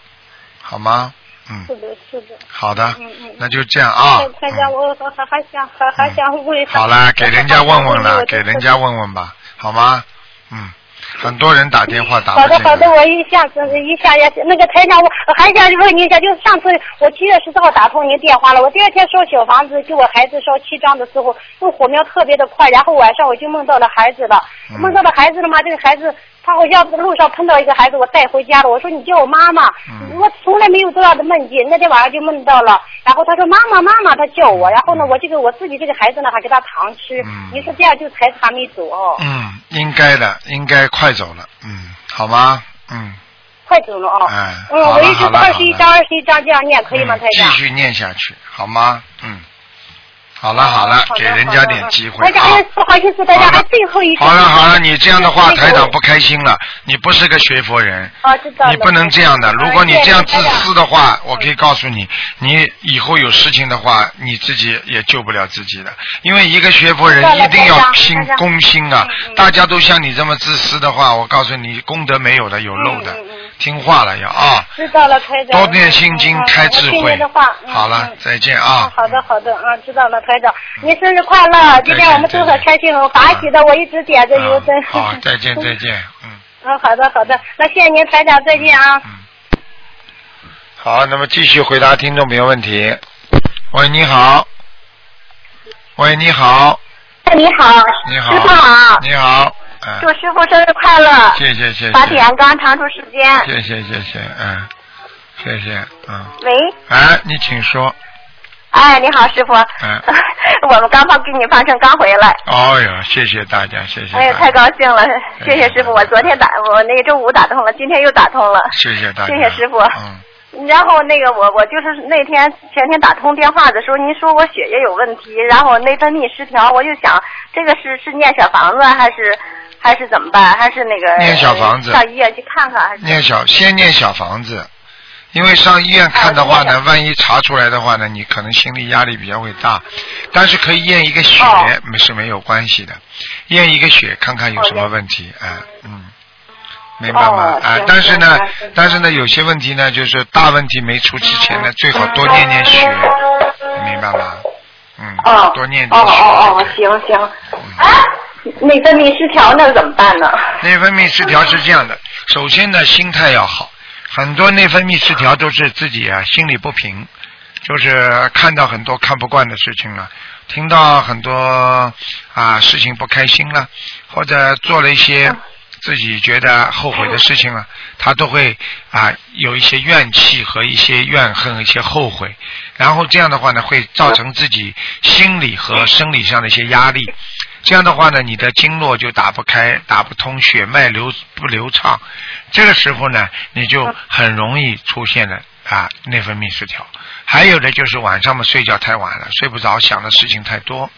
[SPEAKER 2] 好吗？嗯，
[SPEAKER 4] 是的，是的。
[SPEAKER 2] 好的
[SPEAKER 4] 嗯嗯，
[SPEAKER 2] 那就这样啊。
[SPEAKER 4] 台长，
[SPEAKER 2] 嗯
[SPEAKER 4] 我还还还想还还想问一下。
[SPEAKER 2] 好啦，给人家问问 啦，
[SPEAKER 4] 我
[SPEAKER 2] 给人家问问吧，好吗？嗯，很多人打电话打
[SPEAKER 4] 好
[SPEAKER 2] 不
[SPEAKER 4] 的
[SPEAKER 2] 进
[SPEAKER 4] 好的，
[SPEAKER 2] 来。
[SPEAKER 4] 我一下子一下也那个台长，我我还想问您一下，就是上次我七月十四号打通您电话了，我第二天烧小房子给我孩子烧七张的时候，那火苗特别的快，然后晚上我就梦到了孩子了，
[SPEAKER 2] 嗯
[SPEAKER 4] 梦到了孩子了嘛，这个孩子他好像路上碰到一个孩子，我带回家了，我说你叫我妈妈，
[SPEAKER 2] 嗯
[SPEAKER 4] 我从来没有这样的梦境，那天晚上就梦到了，然后他说妈妈妈妈，他叫我，然后呢，我这个我自己这个孩子呢还给他糖吃，
[SPEAKER 2] 嗯
[SPEAKER 4] 您说这样就是孩子还没走哦，
[SPEAKER 2] 嗯，应该的，应该快走了，嗯，好吗？嗯，
[SPEAKER 4] 快走了哦。
[SPEAKER 2] 哎
[SPEAKER 4] 嗯，
[SPEAKER 2] 好了
[SPEAKER 4] 我一直
[SPEAKER 2] 好了
[SPEAKER 4] 二十一章，二十一章这样念，可以吗，
[SPEAKER 2] 嗯
[SPEAKER 4] 台
[SPEAKER 2] 继
[SPEAKER 4] 长？
[SPEAKER 2] 续念下去，好吗？嗯，好了好了
[SPEAKER 4] 嗯好，的
[SPEAKER 2] 给人家点机会
[SPEAKER 4] 台长，
[SPEAKER 2] 啊
[SPEAKER 4] 哎。不好意思，台长，
[SPEAKER 2] 好了
[SPEAKER 4] 还最后一个。
[SPEAKER 2] 好了好了，你这样的话，
[SPEAKER 4] 那个
[SPEAKER 2] 台长不开心了。你不是个学佛人，
[SPEAKER 4] 啊，知道了啊
[SPEAKER 2] 你不能这样的。如果你这样自私的话，我可以
[SPEAKER 4] 以。
[SPEAKER 2] 告诉你，你以后有事情的话，你自己也救不了自己的。因为一个学佛人
[SPEAKER 4] 知道了
[SPEAKER 2] 一定要
[SPEAKER 4] 台长
[SPEAKER 2] 心
[SPEAKER 4] 台长
[SPEAKER 2] 公心啊
[SPEAKER 4] 嗯！嗯
[SPEAKER 2] 大家都像你这么自私的话，我告诉你，功德没有的，有漏的
[SPEAKER 4] 嗯嗯嗯。
[SPEAKER 2] 听话了要啊，
[SPEAKER 4] 知道哎了，台长。
[SPEAKER 2] 多念心经
[SPEAKER 4] 嗯，
[SPEAKER 2] 开智
[SPEAKER 4] 我听
[SPEAKER 2] 慧
[SPEAKER 4] 您的话。。嗯
[SPEAKER 2] 好了
[SPEAKER 4] 嗯，
[SPEAKER 2] 再见啊！
[SPEAKER 4] 好的，好的，啊，知道了，台长，您生日快乐！今天我们都很开心，很法喜的，我一直点着油灯
[SPEAKER 2] 嗯。 好，再见再。见，嗯。
[SPEAKER 4] 嗯，好的，好的，那谢谢您，台长，再见啊。
[SPEAKER 2] 嗯。好，那么继续回答听众朋友问题。喂，你好。喂，你好，
[SPEAKER 5] 你好，
[SPEAKER 2] 嗯你好
[SPEAKER 5] 师傅好，
[SPEAKER 2] 你好，嗯
[SPEAKER 5] 祝，师傅生日快乐，
[SPEAKER 2] 谢谢谢谢，
[SPEAKER 5] 法体安康，长处时间。
[SPEAKER 2] 谢谢谢谢，嗯，谢谢，嗯，
[SPEAKER 5] 喂，
[SPEAKER 2] 哎，你请说，
[SPEAKER 5] 哎，你好，师傅，
[SPEAKER 2] 嗯，
[SPEAKER 5] 我们刚放给你放生，刚回来，
[SPEAKER 2] 哦哟，谢谢大家，谢谢，
[SPEAKER 5] 哎呀，太高，兴了，谢谢师傅，我昨天打，我那个周五打通了，今天又打通了，
[SPEAKER 2] 谢谢大家，
[SPEAKER 5] 谢谢师傅
[SPEAKER 2] 嗯，
[SPEAKER 4] 然后那个我我就是那天前天打通电话的时候，您说我血液有问题，然后内分泌失调，我就想这个是是念小房子还是还是怎么办？还是那个
[SPEAKER 2] 念小房子
[SPEAKER 4] 上医院去看看还是？
[SPEAKER 2] 念小先念小房子，因为上医院看的话
[SPEAKER 4] 哦
[SPEAKER 2] 呢，万一查出来的话呢，你可能心理压力比较会大，但是可以验一个血、
[SPEAKER 4] 哦
[SPEAKER 2] 没是没有关系的，验一个血看看有什么问题，啊、嗯。明白吗？
[SPEAKER 4] 哦
[SPEAKER 2] 啊、
[SPEAKER 4] 行
[SPEAKER 2] 但是呢
[SPEAKER 4] 明白明白，
[SPEAKER 2] 但是呢，有些问题呢，就是大问题没出之前呢，最好多念念血，明白吗？嗯，
[SPEAKER 4] 哦，
[SPEAKER 2] 多念
[SPEAKER 4] 哦
[SPEAKER 2] 点血。嗯
[SPEAKER 4] 哦哦，行行。啊，内分泌失调那怎么办呢？
[SPEAKER 2] 内分泌失调是这样的，首先呢，心态要好。很多内分泌失调都是自己啊心里不平，就是看到很多看不惯的事情了，听到很多啊事情不开心了，或者做了一些自己觉得后悔的事情了，他都会啊有一些怨气和一些怨恨、一些后悔，然后这样的话呢，会造成自己心理和生理上的一些压力。这样的话呢，你的经络就打不开、打不通，血脉流不流畅。这个时候呢，你就很容易出现了啊内分泌失调。还有的就是晚上嘛，睡觉太晚了，睡不着，想的事情太多。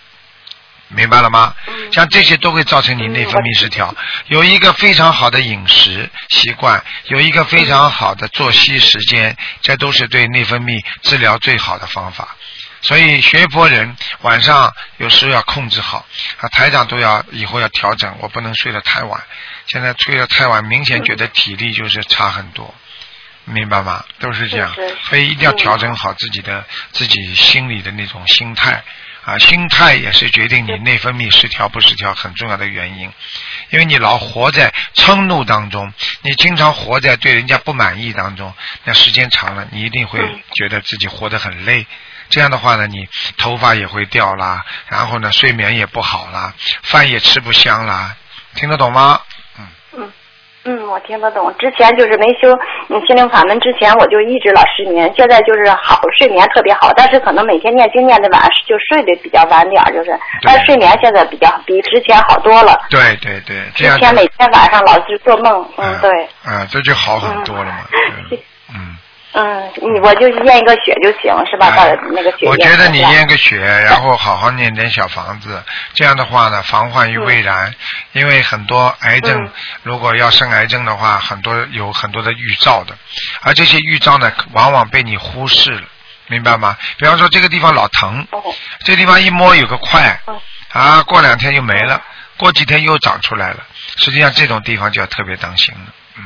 [SPEAKER 2] 明白了吗？像这些都会造成你内分泌失调。有一个非常好的饮食习惯，有一个非常好的作息时间，这都是对内分泌治疗最好的方法。所以学佛人晚上有时候要控制好啊，台长都要以后要调整，我不能睡得太晚。现在睡得太晚，明显觉得体力就是差很多，明白吗？都是这样
[SPEAKER 4] 是是，
[SPEAKER 2] 所以一定要调整好自己的自己心里的那种心态啊，心态也是决定你内分泌失调不失调很重要的原因，因为你老活在嗔怒当中，你经常活在对人家不满意当中，那时间长了，你一定会
[SPEAKER 4] 嗯
[SPEAKER 2] 觉得自己活得很累。这样的话呢，你头发也会掉啦，然后呢，睡眠也不好啦，饭也吃不香啦，听得懂吗？
[SPEAKER 4] 嗯，我听得懂。之前就是没修嗯心灵法门之前，我就一直老失眠。现在就是好睡眠特别好，但是可能每天念经念的晚，就睡得比较晚点儿，就是。但是睡眠现在比较比之前好多了。
[SPEAKER 2] 对对对，这
[SPEAKER 4] 之
[SPEAKER 2] 样
[SPEAKER 4] 前每天晚上老是做梦，
[SPEAKER 2] 嗯
[SPEAKER 4] 嗯，对，
[SPEAKER 2] 啊，这就好很多了嘛。
[SPEAKER 4] 嗯
[SPEAKER 2] 嗯嗯，
[SPEAKER 4] 嗯，你我就验一个血就行，是吧？把
[SPEAKER 2] 哎
[SPEAKER 4] 那个血
[SPEAKER 2] 我觉得你
[SPEAKER 4] 出来
[SPEAKER 2] 验个血，然后好好念点小房子，这样的话呢，防患于未然。因为很多癌症，
[SPEAKER 4] 嗯
[SPEAKER 2] 如果要生癌症的话，很多有很多的预兆的，而这些预兆呢，往往被你忽视了，明白吗？比方说这个地方老疼，
[SPEAKER 4] 哦
[SPEAKER 2] 这地方一摸有个块
[SPEAKER 4] 嗯，
[SPEAKER 2] 啊，过两天就没了，过几天又长出来了。实际上这种地方就要特别当心了，嗯。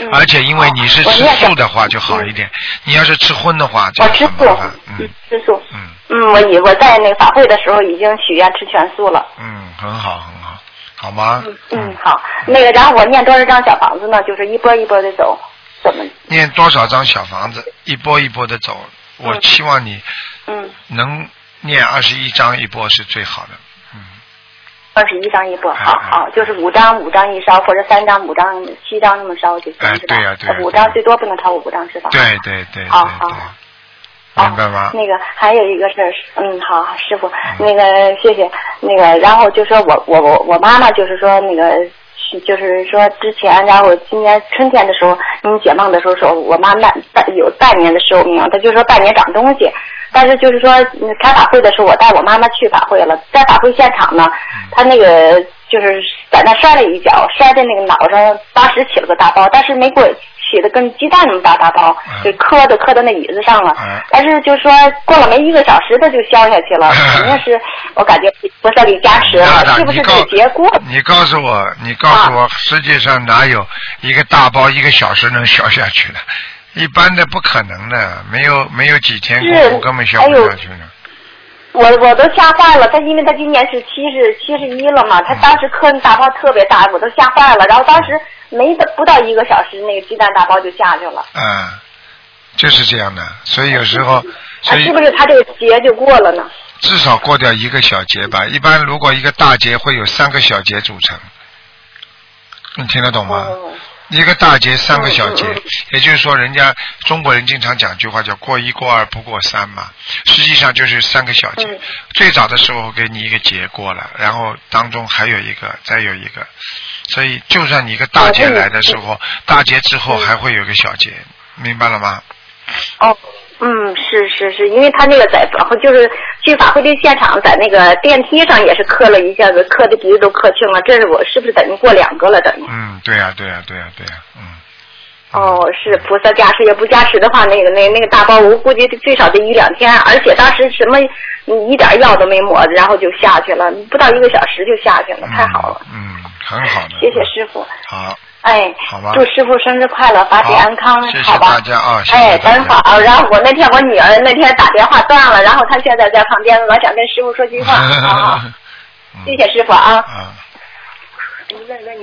[SPEAKER 4] 嗯
[SPEAKER 2] 而且因为你是
[SPEAKER 4] 我
[SPEAKER 2] 吃
[SPEAKER 4] 念
[SPEAKER 2] 素
[SPEAKER 4] 着
[SPEAKER 2] 的话就好一点，你要是吃荤的话，这
[SPEAKER 4] 我
[SPEAKER 2] 样
[SPEAKER 4] 哦吃
[SPEAKER 2] 很
[SPEAKER 4] 素
[SPEAKER 2] 麻烦。，嗯
[SPEAKER 4] 嗯，吃素。
[SPEAKER 2] 嗯
[SPEAKER 4] 嗯，我以我在那个法会的时候已经许愿吃全素了。
[SPEAKER 2] 嗯，很好很好，好吗？
[SPEAKER 4] 嗯，好，那个然后我念多少张小房子呢？就是一波一波的走，怎么？
[SPEAKER 2] 念多少张小房子，一波一波的走。我
[SPEAKER 4] 嗯
[SPEAKER 2] 期望你
[SPEAKER 4] 嗯，
[SPEAKER 2] 能念二十一张一波是最好的。嗯，
[SPEAKER 4] 二十一张一波，
[SPEAKER 2] 哎
[SPEAKER 4] 好
[SPEAKER 2] 哎
[SPEAKER 4] 好，就是五张五张一烧，或者三张五张七张那么烧就行，
[SPEAKER 2] 哎
[SPEAKER 4] 是吧？
[SPEAKER 2] 对呀对呀
[SPEAKER 4] 呃五
[SPEAKER 2] 对呀
[SPEAKER 4] 张最多不能超过五张，是吧？
[SPEAKER 2] 对对对对
[SPEAKER 4] 哦好好
[SPEAKER 2] 对，明白吗
[SPEAKER 4] 哦？那个还有一个事儿是，嗯，好，师傅，那个谢谢，那个然后就说我我我我妈妈就是说那个。是就是说，之前，然后今年春天的时候，您解梦的时候说，我妈半半有半年的寿命，她就说半年长东西。但是就是说，嗯开法会的时候，我带我妈妈去法会了，在法会现场呢，
[SPEAKER 2] 嗯
[SPEAKER 4] 她那个就是在那摔了一跤，摔在那个脑上，当时起了个大包，但是没给我起的跟鸡蛋那么大大包，
[SPEAKER 2] 嗯
[SPEAKER 4] 给磕的磕到那椅子上了。
[SPEAKER 2] 哎
[SPEAKER 4] 但是就说过了没一个小时，它就消下去 了，肯定是我感觉菩萨给加持
[SPEAKER 2] 大
[SPEAKER 4] 了，
[SPEAKER 2] 大，
[SPEAKER 4] 是不
[SPEAKER 2] 你
[SPEAKER 4] 是
[SPEAKER 2] 告
[SPEAKER 4] 这结啊果？
[SPEAKER 2] 你告诉我，你告诉我，世界上哪有一个大包一个小时能消下去的？一般的不可能的，没有没有几天
[SPEAKER 4] 是
[SPEAKER 2] 功夫根本消
[SPEAKER 4] 哎
[SPEAKER 2] 不
[SPEAKER 4] 呦
[SPEAKER 2] 下去的。
[SPEAKER 4] 我我都吓坏了，他因为他今年是七十七十一了嘛，他
[SPEAKER 2] 嗯
[SPEAKER 4] 当时磕那大包特别大，我都吓坏了。然后当时没得不到一个小时，那个鸡蛋大包就下去了。
[SPEAKER 2] 啊，就是这样的。所以有时候，
[SPEAKER 4] 啊，
[SPEAKER 2] 所以
[SPEAKER 4] 是不是他这个劫就过了呢？
[SPEAKER 2] 至少过掉一个小节吧。一般如果一个大节会有三个小节组成，你听得懂吗？
[SPEAKER 4] 哦，
[SPEAKER 2] 一个大节三个小节
[SPEAKER 4] 嗯嗯嗯，
[SPEAKER 2] 也就是说，人家中国人经常讲句话叫“过一过二不过三”嘛，实际上就是三个小节
[SPEAKER 4] 嗯。
[SPEAKER 2] 最早的时候给你一个节过了，然后当中还有一个，再有一个，所
[SPEAKER 5] 嗯
[SPEAKER 2] 以就算你一个大节来的时候，大节之后还会有一个小节，明白了吗？
[SPEAKER 5] 哦，嗯，是是是，因为他那个在法会就是去法会的现场，在那个电梯上也是磕了一下子，磕的鼻子都磕青了。这是我是不是等于过两个了？等于
[SPEAKER 2] 嗯，对呀、对呀、对呀、对呀、嗯。
[SPEAKER 5] 哦，是菩萨加持，要不加持的话，那个那那个大包我估计最少得一两天，而且当时什么嗯一点药都没抹，然后就下去了，不到一个小时就下去了，太好了，
[SPEAKER 2] 嗯，很好的。
[SPEAKER 5] 谢谢师傅。
[SPEAKER 2] 好，
[SPEAKER 5] 哎，
[SPEAKER 2] 好吧
[SPEAKER 5] 祝师傅生日快乐，法体安康，
[SPEAKER 2] 谢谢
[SPEAKER 5] 好吧
[SPEAKER 2] 大？家啊，谢
[SPEAKER 5] 哎
[SPEAKER 2] 谢，大
[SPEAKER 5] 咱
[SPEAKER 2] 家。
[SPEAKER 5] 好。然后我那天我女儿那天打电话断了，然后她现在在旁边，我想跟师傅说句话 啊。谢谢师傅啊。
[SPEAKER 2] 啊，
[SPEAKER 6] 嗯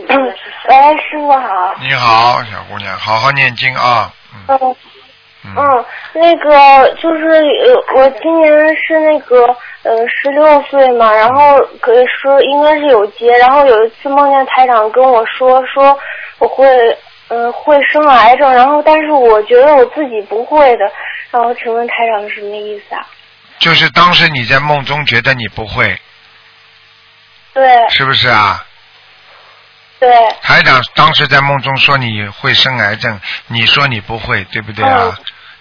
[SPEAKER 7] 哎
[SPEAKER 5] 喂，师傅好。
[SPEAKER 2] 你好，小姑娘，好好念经啊。
[SPEAKER 7] 嗯
[SPEAKER 2] 嗯
[SPEAKER 7] 嗯，那个就是呃，我今年是那个呃十六岁嘛，然后可以说应该是有结，然后有一次梦见台长跟我说说我会嗯、呃会生癌症，然后但是我觉得我自己不会的，然后请问台长是什么意思啊？
[SPEAKER 2] 就是当时你在梦中觉得你不会，
[SPEAKER 7] 对
[SPEAKER 2] 是不是啊？
[SPEAKER 7] 对，
[SPEAKER 2] 台长当时在梦中说你会生癌症，你说你不会，对不对啊
[SPEAKER 7] 嗯？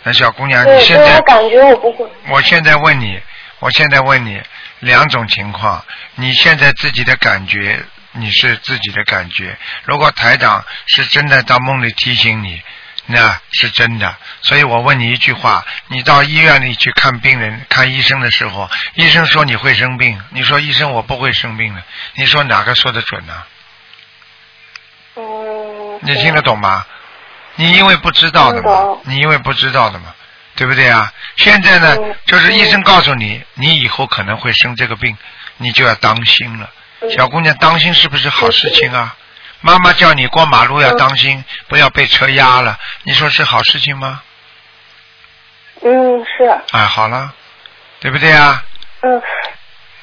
[SPEAKER 2] 那小姑娘，你
[SPEAKER 7] 对，
[SPEAKER 2] 现
[SPEAKER 7] 所以
[SPEAKER 2] 在
[SPEAKER 7] 我感觉我不会。
[SPEAKER 2] 我现在问你，我现在问你两种情况，你现在自己的感觉，你是自己的感觉。如果台长是真的到梦里提醒你，那是真的。所以我问你一句话：你到医院里去看病人、看医生的时候，医生说你会生病，你说医生我不会生病的，你说哪个说的准呢、
[SPEAKER 7] 嗯，
[SPEAKER 2] 你听得懂吗？你因为不知道的
[SPEAKER 7] 听得
[SPEAKER 2] 嘛
[SPEAKER 7] 懂，
[SPEAKER 2] 你因为不知道的嘛，对不对啊？现在呢
[SPEAKER 7] 嗯，
[SPEAKER 2] 就是医生告诉你，你以后可能会生这个病，你就要当心了。
[SPEAKER 7] 嗯
[SPEAKER 2] 小姑娘，当心是不是好事情啊？妈妈叫你过马路要当心，不要被车压了，你说是好事情吗？
[SPEAKER 7] 嗯，是，
[SPEAKER 2] 啊，好了，对不对啊？
[SPEAKER 7] 嗯，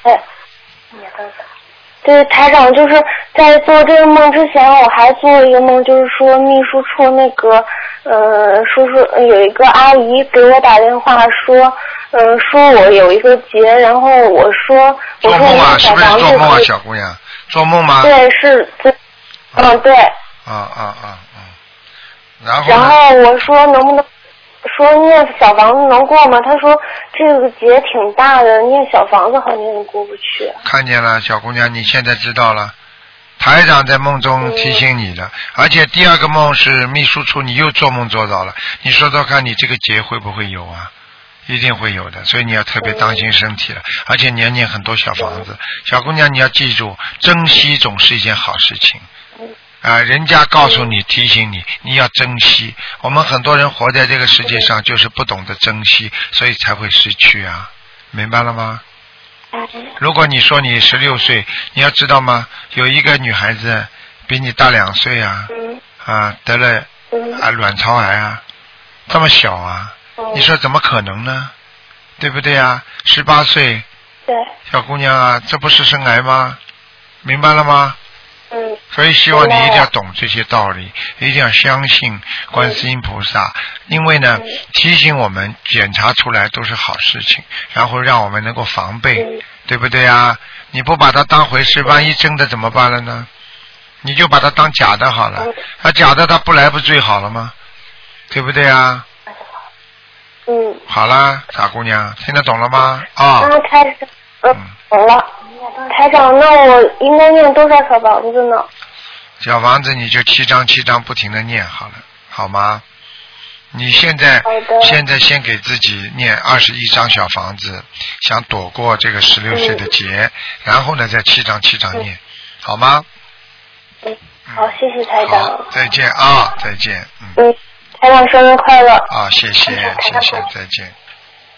[SPEAKER 7] 哎，对，台长就是在做这个梦之前，我还做了一个梦，就是说秘书处那个，呃，说是呃有一个阿姨给我打电话说，呃，说我有一个结，然后我说，
[SPEAKER 2] 做
[SPEAKER 7] 我说
[SPEAKER 2] 梦啊，
[SPEAKER 7] 我
[SPEAKER 2] 是
[SPEAKER 7] 小
[SPEAKER 2] 不是
[SPEAKER 7] 房
[SPEAKER 2] 做
[SPEAKER 7] 子
[SPEAKER 2] 梦啊
[SPEAKER 7] 可，以，
[SPEAKER 2] 小姑娘？做梦吗？
[SPEAKER 7] 对，是，对，嗯，对，
[SPEAKER 2] 啊啊啊嗯。然后
[SPEAKER 7] 然
[SPEAKER 2] 呢？
[SPEAKER 7] 后我说能不能说念小房子能过吗？他说这个结挺大的，念小房子好像有点过不去。
[SPEAKER 2] 看见了，小姑娘，你现在知道了。台长在梦中提醒你的，而且第二个梦是秘书处，你又做梦做到了。你说说看，你这个劫会不会有啊？一定会有的，所以你要特别当心身体了。而且你要念很多小房子，小姑娘你要记住，珍惜总是一件好事情。啊，人家告诉你、提醒你，你要珍惜。我们很多人活在这个世界上，就是不懂得珍惜，所以才会失去啊。明白了吗？
[SPEAKER 7] 哎
[SPEAKER 2] 如果你说你十六岁，你要知道吗？有一个女孩子比你大两岁啊，
[SPEAKER 7] 嗯
[SPEAKER 2] 啊，得了
[SPEAKER 7] 嗯
[SPEAKER 2] 啊卵巢癌啊，这么小啊，
[SPEAKER 7] 嗯
[SPEAKER 2] 你，说怎么可能呢？对不对啊？十八岁
[SPEAKER 7] 对，
[SPEAKER 2] 小姑娘啊，这不是生癌吗？明白了吗？
[SPEAKER 7] 嗯。
[SPEAKER 2] 所以希望你一定要懂这些道理，一定要相信观世音菩萨，因为呢，提醒我们检查出来都是好事情，然后让我们能够防备，对不对啊？你不把它当回事，万一真的怎么办了呢？你就把它当假的好了
[SPEAKER 7] 嗯，
[SPEAKER 2] 那假的它不来不最好了吗？对不对啊？
[SPEAKER 7] 嗯，
[SPEAKER 2] 好啦，傻姑娘，听得懂了吗？啊、
[SPEAKER 7] 那开始，嗯
[SPEAKER 2] 嗯，
[SPEAKER 7] 懂了。台长，那我应该念多少小房子呢？
[SPEAKER 2] 小房子你就七张七张不停的念好了，好吗？你现在
[SPEAKER 7] 好的
[SPEAKER 2] 现在先给自己念二十一张小房子，想躲过这个十六岁的劫，然后呢再七张七张念，好吗？
[SPEAKER 7] 好，谢谢台
[SPEAKER 2] 好
[SPEAKER 7] 长，。
[SPEAKER 2] 再见啊，再见，嗯，
[SPEAKER 7] 嗯，台长生日快乐。
[SPEAKER 2] 啊，谢谢，谢谢，再见，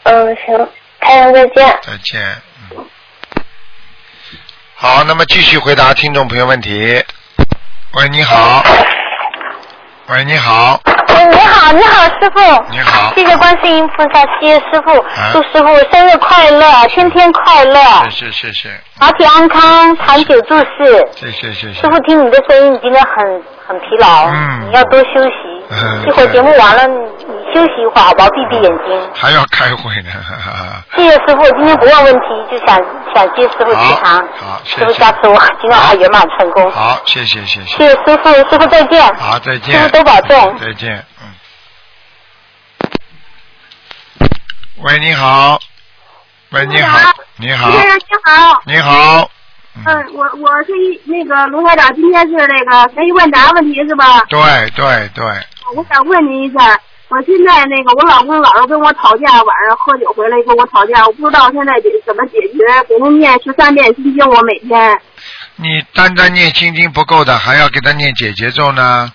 [SPEAKER 7] 嗯，行，台长再见。
[SPEAKER 2] 再见，嗯。好，那么继续回答听众朋友问题。喂，你好。
[SPEAKER 7] 嗯
[SPEAKER 2] 喂，你好，
[SPEAKER 8] 嗯，你好，你好，师傅。
[SPEAKER 2] 你好嗯
[SPEAKER 8] 谢谢观世音菩萨，谢谢师傅，祝师傅生日快乐，天天快乐，
[SPEAKER 2] 谢谢谢谢
[SPEAKER 8] 法体安康，长久住世。
[SPEAKER 2] 谢谢谢谢
[SPEAKER 8] 师。傅听你的声音已经很很疲劳，
[SPEAKER 2] 嗯
[SPEAKER 8] 你要多休息。
[SPEAKER 2] 嗯
[SPEAKER 8] 一会儿节目完了，你你休息一会儿好不好？闭闭眼睛。
[SPEAKER 2] 还要开会呢，哈哈哈
[SPEAKER 8] 谢谢师傅，今天不问问题，就想想接师傅吉
[SPEAKER 2] 好
[SPEAKER 8] 堂。，
[SPEAKER 2] 好，谢
[SPEAKER 8] 师傅加
[SPEAKER 2] 谢，
[SPEAKER 8] 持我，今晚还圆满成功。
[SPEAKER 2] 好，谢谢，谢
[SPEAKER 8] 谢
[SPEAKER 2] 谢，
[SPEAKER 8] 谢师傅，师傅再见。
[SPEAKER 2] 好，再见，
[SPEAKER 8] 师傅多保重。
[SPEAKER 2] 再见，嗯。喂，你好。喂，你好，你好，
[SPEAKER 6] 先生您好。
[SPEAKER 2] 你好，
[SPEAKER 6] 嗯，我我是一那个卢台长，今天是那个可以问答问题是吧？
[SPEAKER 2] 对对对，
[SPEAKER 6] 我想问您一下，我现在那个我老公老是跟我吵架，晚上喝酒回来跟我吵架，我不知道现在解怎么解决。给他念十三遍心经，我每天
[SPEAKER 2] 你单单念心经不够的，还要给他念解结咒呢。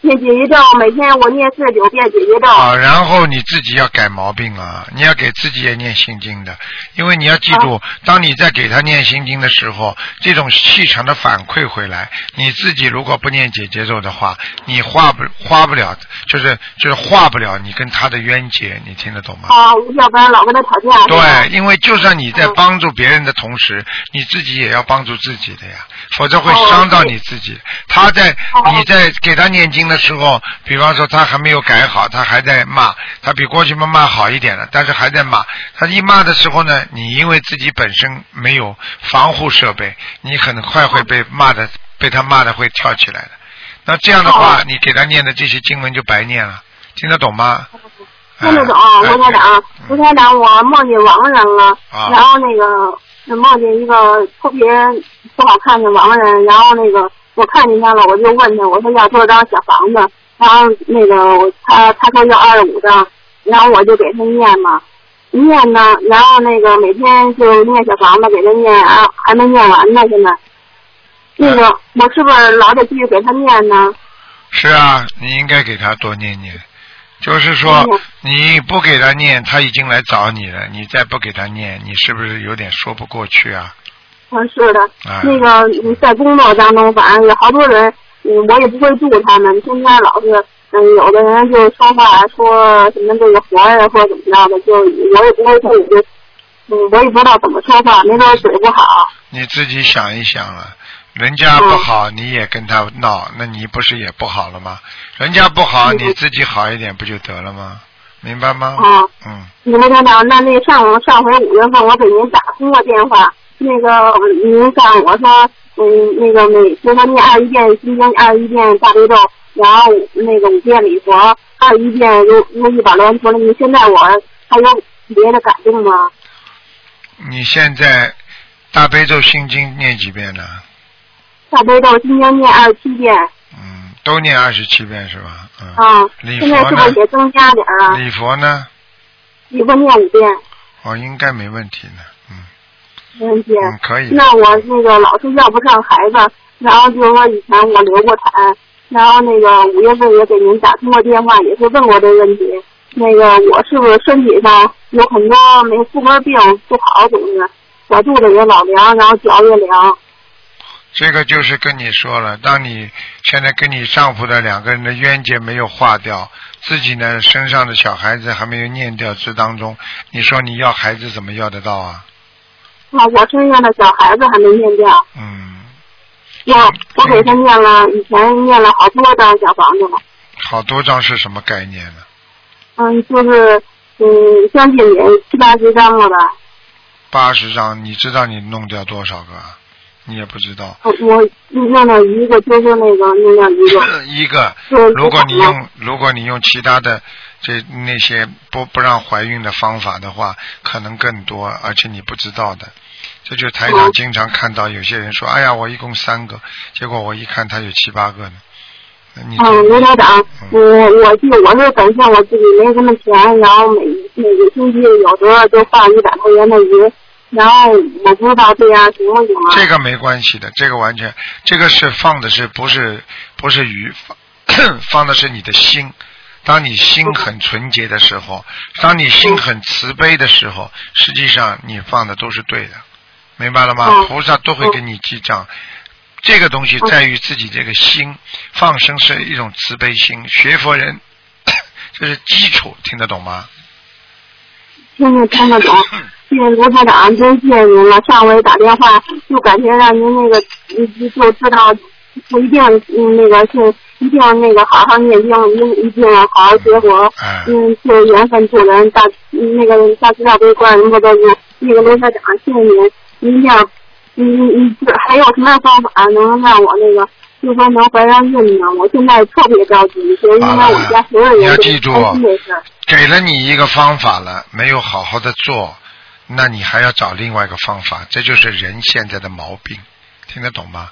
[SPEAKER 6] 念解决咒，每天我念四十九遍解决咒。
[SPEAKER 2] 啊，然后你自己要改毛病啊，你要给自己也念心经的，因为你要记住，当你在给他念心经的时候，这种气场的反馈回来，你自己如果不念解结咒的话，你化不化不了，就是就是化不了你跟他的冤结，你听得懂吗？
[SPEAKER 6] 啊，要不然老跟他吵 架。是吧
[SPEAKER 2] 对，因为就算你在
[SPEAKER 6] 嗯
[SPEAKER 2] 帮助别人的同时，你自己也要帮助自己的呀，否则会
[SPEAKER 6] 哦
[SPEAKER 2] 伤到你自己。他在你在给他念经的时候，比方说他还没有改好，他还在骂，他比过去妈妈好一点了，但是还在骂。他一骂的时候呢，你因为自己本身没有防护设备，你很快
[SPEAKER 6] 嗯
[SPEAKER 2] 会被骂的，被他骂的会跳起来的。那这样的话，
[SPEAKER 6] 哦
[SPEAKER 2] 你给他念的这些经文就白念了，听得懂吗？哎
[SPEAKER 6] 哦听得懂，卢台长，卢台长，我梦见亡人了，
[SPEAKER 2] 啊
[SPEAKER 6] 啊然后那个梦见一个特别不好看的亡人，然后那个我看见他了，我就问他，我说要多少张小房子，然后那个我他他说要二十五张，然后我就给他念嘛，念呢，然后那个每天就念小房子给他念啊，还没念完呢，现在。那个，我是不是老得继续给他念呢？
[SPEAKER 2] 是啊，你应该给他多念念。就是说，你不给他念，他已经来找你了，你再不给他念，你是不是有点说不过去啊？
[SPEAKER 6] 嗯，是的，
[SPEAKER 2] 哎
[SPEAKER 6] 那个嗯在工作当中，反正有好多人，嗯，我也不会住他们，天天老是，嗯，有的人就说话说什么这个活呀，或怎么着的，就我也不会住，就，嗯，我也不知道怎么说话，没准儿嘴不好，
[SPEAKER 2] 你自己想一想啊，人家不好，你也跟他闹，那你不是也不好了吗？人家不好，你自己好一点不就得了吗？明白吗？
[SPEAKER 6] 啊，
[SPEAKER 2] 嗯，
[SPEAKER 6] 你们领导，那那上午上回五月份我给您打通过电话，那个您上我说，嗯，那个每就说念二十一遍心经，二十一遍大悲咒，然后那个五遍礼佛，二十一遍如如意宝莲佛了。你现在我还有别的感动吗？
[SPEAKER 2] 你现在大悲咒心经念几遍呢？
[SPEAKER 6] 大悲咒今天念二十七遍，
[SPEAKER 2] 嗯都念二十七遍是吧？嗯。
[SPEAKER 6] 啊，
[SPEAKER 2] 礼
[SPEAKER 6] 现在
[SPEAKER 2] 佛
[SPEAKER 6] 是不是也
[SPEAKER 2] 呢？
[SPEAKER 6] 增加点儿啊？
[SPEAKER 2] 礼佛呢？
[SPEAKER 6] 一共念五遍，
[SPEAKER 2] 哦，应该没问题嗯的。
[SPEAKER 6] 没问题。
[SPEAKER 2] 嗯，可以。
[SPEAKER 6] 那我那个老是要不上孩子，然后就是说以前我流过产，然后那个五月份也给您打通过电话，也是问过这个问题。那个我是不是身体上有很多那个妇科病不好，总是我肚子也老凉，然后脚也凉。
[SPEAKER 2] 这个就是跟你说了，当你现在跟你丈夫的两个人的冤结没有化掉，自己呢身上的小孩子还没有念掉之当中，你说你要孩子怎么要得到啊？
[SPEAKER 6] 啊，我身上的小孩子还没念掉。
[SPEAKER 2] 嗯。
[SPEAKER 6] 我我给他念了，以前念了好多张小房子了。
[SPEAKER 2] 好多张是什么概念呢？
[SPEAKER 6] 嗯，就是嗯，将近也七八十张了吧。
[SPEAKER 2] 八十张，你知道你弄掉多少个啊？你也不知道。
[SPEAKER 6] 我我弄了一个，就是那个弄了一个。
[SPEAKER 2] 一个，
[SPEAKER 6] 嗯
[SPEAKER 2] 如果你
[SPEAKER 6] 知道
[SPEAKER 2] 用如果你用其他的这那些不不让怀孕的方法的话，可能更多，而且你不知道的。这就是台长
[SPEAKER 6] 嗯
[SPEAKER 2] 经常看到有些人说：“哎呀，我一共三个，结果我一看他有七八个呢。”那你
[SPEAKER 6] 嗯，刘台长，我我记得我是本身我自己没什么钱，然后每每个星期有时候就放一百块钱的鱼，然后我不知道这样行不行啊？
[SPEAKER 2] 这个没关系的，这个完全，这个是放的是不是不是鱼， 放放的是你的心。当你心很纯洁的时候，当你心很慈悲的时候，实际上你放的都是对的，明白了吗？
[SPEAKER 9] 嗯
[SPEAKER 2] 菩萨都会给你记账。这个东西在于自己这个心，放生是一种慈悲心。学佛人 这是基础，听得懂吗？
[SPEAKER 6] 听听听得懂。
[SPEAKER 2] 嗯
[SPEAKER 6] 谢谢卢台长，真谢谢您了。上回打电话就感觉让您那个，嗯就知道我一定嗯那个是一定那个好好念经，一定一定要好好学佛。
[SPEAKER 2] 哎
[SPEAKER 6] 嗯，是缘分助人，大嗯那个大慈大悲观世音菩萨就那个卢台长，谢谢您，您要嗯嗯，还有什么样方法能让我那个是说能怀上孕呢？我现在特别着急，就是因为我家所有人
[SPEAKER 2] 你
[SPEAKER 6] 都
[SPEAKER 2] 要
[SPEAKER 6] 担
[SPEAKER 2] 记
[SPEAKER 6] 心
[SPEAKER 2] 住
[SPEAKER 6] 这事儿。，
[SPEAKER 2] 给了你一个方法了，没有好好的做，那你还要找另外一个方法，这就是人现在的毛病，听得懂吗？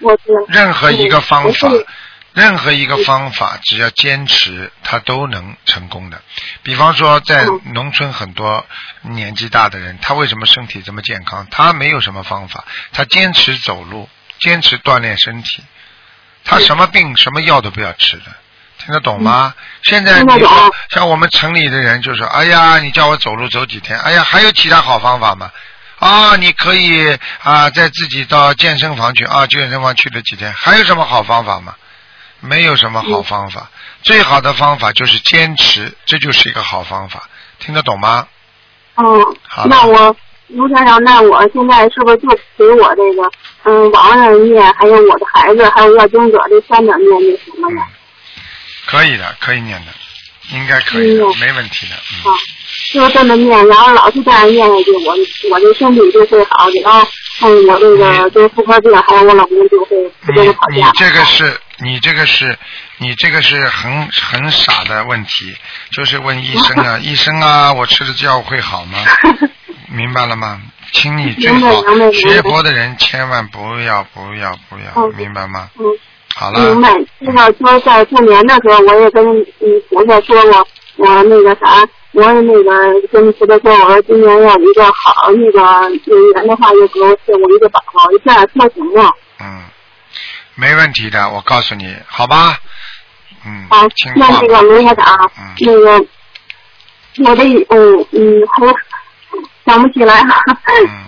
[SPEAKER 6] 我知道
[SPEAKER 2] 任何一个方法
[SPEAKER 6] 嗯我是，
[SPEAKER 2] 任何一个方法，只要坚持，它都能成功的。比方说，在
[SPEAKER 6] 嗯
[SPEAKER 2] 农村很多年纪大的人，他为什么身体这么健康？他没有什么方法，他坚持走路，坚持锻炼身体，他什么病什么药都不要吃的。听得懂吗？现在
[SPEAKER 6] 嗯听
[SPEAKER 2] 你
[SPEAKER 6] 得懂
[SPEAKER 2] 说像我们城里的人就说：“哎呀，你叫我走路走几天？哎呀，还有其他好方法吗？”啊，你可以啊，在自己到健身房去啊，健身房去了几天，还有什么好方法吗？没有什么好方法，
[SPEAKER 6] 嗯
[SPEAKER 2] 最好的方法就是坚持，这就是一个好方法，听得懂吗？
[SPEAKER 6] 嗯
[SPEAKER 2] 好，的
[SPEAKER 6] 那我卢先生，那我现在是不是就给我这个嗯亡人念，还有我的孩子，还有要经者这三点念就行了
[SPEAKER 2] 嗯
[SPEAKER 6] 吗？，
[SPEAKER 2] 可以的，可以念的，应该可以的，
[SPEAKER 6] 嗯
[SPEAKER 2] 没问题的，嗯。
[SPEAKER 6] 啊，就这么念，然后老是这样念下去，我我这身体就会好，然后嗯，我这个这妇科病还有我老公就会不
[SPEAKER 2] 你
[SPEAKER 6] 跟他吵
[SPEAKER 2] 你
[SPEAKER 6] 架。
[SPEAKER 2] 这个是你这个是你这个是很很傻的问题，就是问医生 啊，医生啊，我吃了药会好吗？明白了吗？请你最好
[SPEAKER 6] 明白明白明白
[SPEAKER 2] 学佛的人千万不要不要不要，
[SPEAKER 6] 嗯
[SPEAKER 2] 明白吗？
[SPEAKER 6] 嗯，
[SPEAKER 2] 好了，
[SPEAKER 6] 明白。那个说在过年的时候，我也跟嗯菩萨说过，我那个啥，我也那个跟菩萨说，我说今年要有一个好那个有缘的话，就给我赐我一个宝宝，这样特行吗？
[SPEAKER 2] 嗯，没问题的，我告诉你，好吧？嗯
[SPEAKER 6] 啊，，
[SPEAKER 2] 听
[SPEAKER 6] 那
[SPEAKER 2] 话
[SPEAKER 6] 那个
[SPEAKER 2] 吧。
[SPEAKER 6] 卢校长啊
[SPEAKER 2] 嗯，
[SPEAKER 6] 那个我的嗯嗯，还有想不起来了。
[SPEAKER 2] 嗯，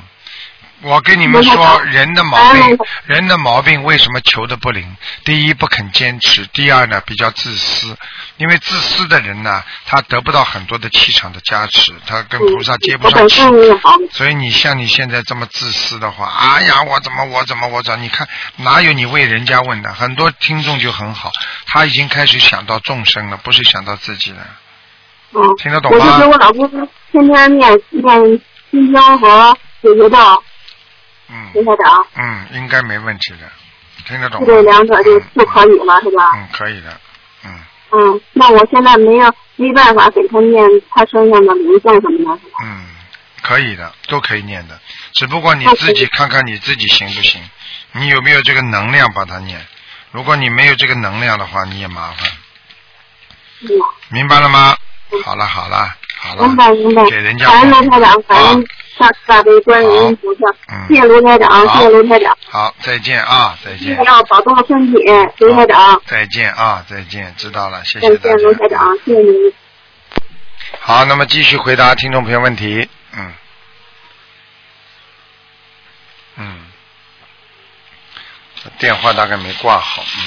[SPEAKER 2] 我跟你们说，人的毛
[SPEAKER 6] 哎
[SPEAKER 2] 病，人的毛病为什么求的不灵？第一不肯坚持，第二呢比较自私，因为自私的人呢，他得不到很多的气场的加持，他跟菩萨接不
[SPEAKER 6] 嗯
[SPEAKER 2] 上
[SPEAKER 6] 我本
[SPEAKER 2] 气
[SPEAKER 6] 身。也有毛病，
[SPEAKER 2] 所以你像你现在这么自私的话，哎呀，我怎么我怎么我怎么？你看哪有你为人家问的？很多听众就很好，他已经开始想到众生了，不是想到自己了。
[SPEAKER 6] 嗯，
[SPEAKER 2] 听得懂
[SPEAKER 6] 我就
[SPEAKER 2] 吗
[SPEAKER 6] 给我老公天天念念心经和解决道，
[SPEAKER 2] 嗯
[SPEAKER 6] 卢校长，
[SPEAKER 2] 嗯，应该没问题的，听得懂吗？
[SPEAKER 6] 这两者就就可以了，是吧？
[SPEAKER 2] 嗯，可以的，嗯，
[SPEAKER 6] 嗯，那我现在没有没办法给他念他身上的灵性什么的。
[SPEAKER 2] 嗯，可以的，都可以念的，只不过你自己看看你自己行不行，你有没有这个能量把它念。如果你没有这个能量的话，你也麻烦，
[SPEAKER 6] 嗯，
[SPEAKER 2] 明白了吗？好了好了好
[SPEAKER 6] 明白
[SPEAKER 2] 了，
[SPEAKER 6] 明白。
[SPEAKER 2] 给人家
[SPEAKER 6] 感恩卢台长，感
[SPEAKER 2] 啊
[SPEAKER 6] 恩大大悲观世音菩萨
[SPEAKER 2] 嗯，
[SPEAKER 6] 谢谢卢台长，
[SPEAKER 2] 好
[SPEAKER 6] 谢谢卢台长，
[SPEAKER 2] 好，再见啊，再
[SPEAKER 6] 一
[SPEAKER 2] 见
[SPEAKER 6] 定，要保重身体，卢台长
[SPEAKER 2] 好，再见啊，再见，知道了，谢
[SPEAKER 6] 再
[SPEAKER 2] 谢大
[SPEAKER 6] 见，卢台
[SPEAKER 2] 家。
[SPEAKER 6] 长，谢谢您。
[SPEAKER 2] 好，那么继续回答听众朋友问题，嗯，嗯，电话大概没挂好，嗯。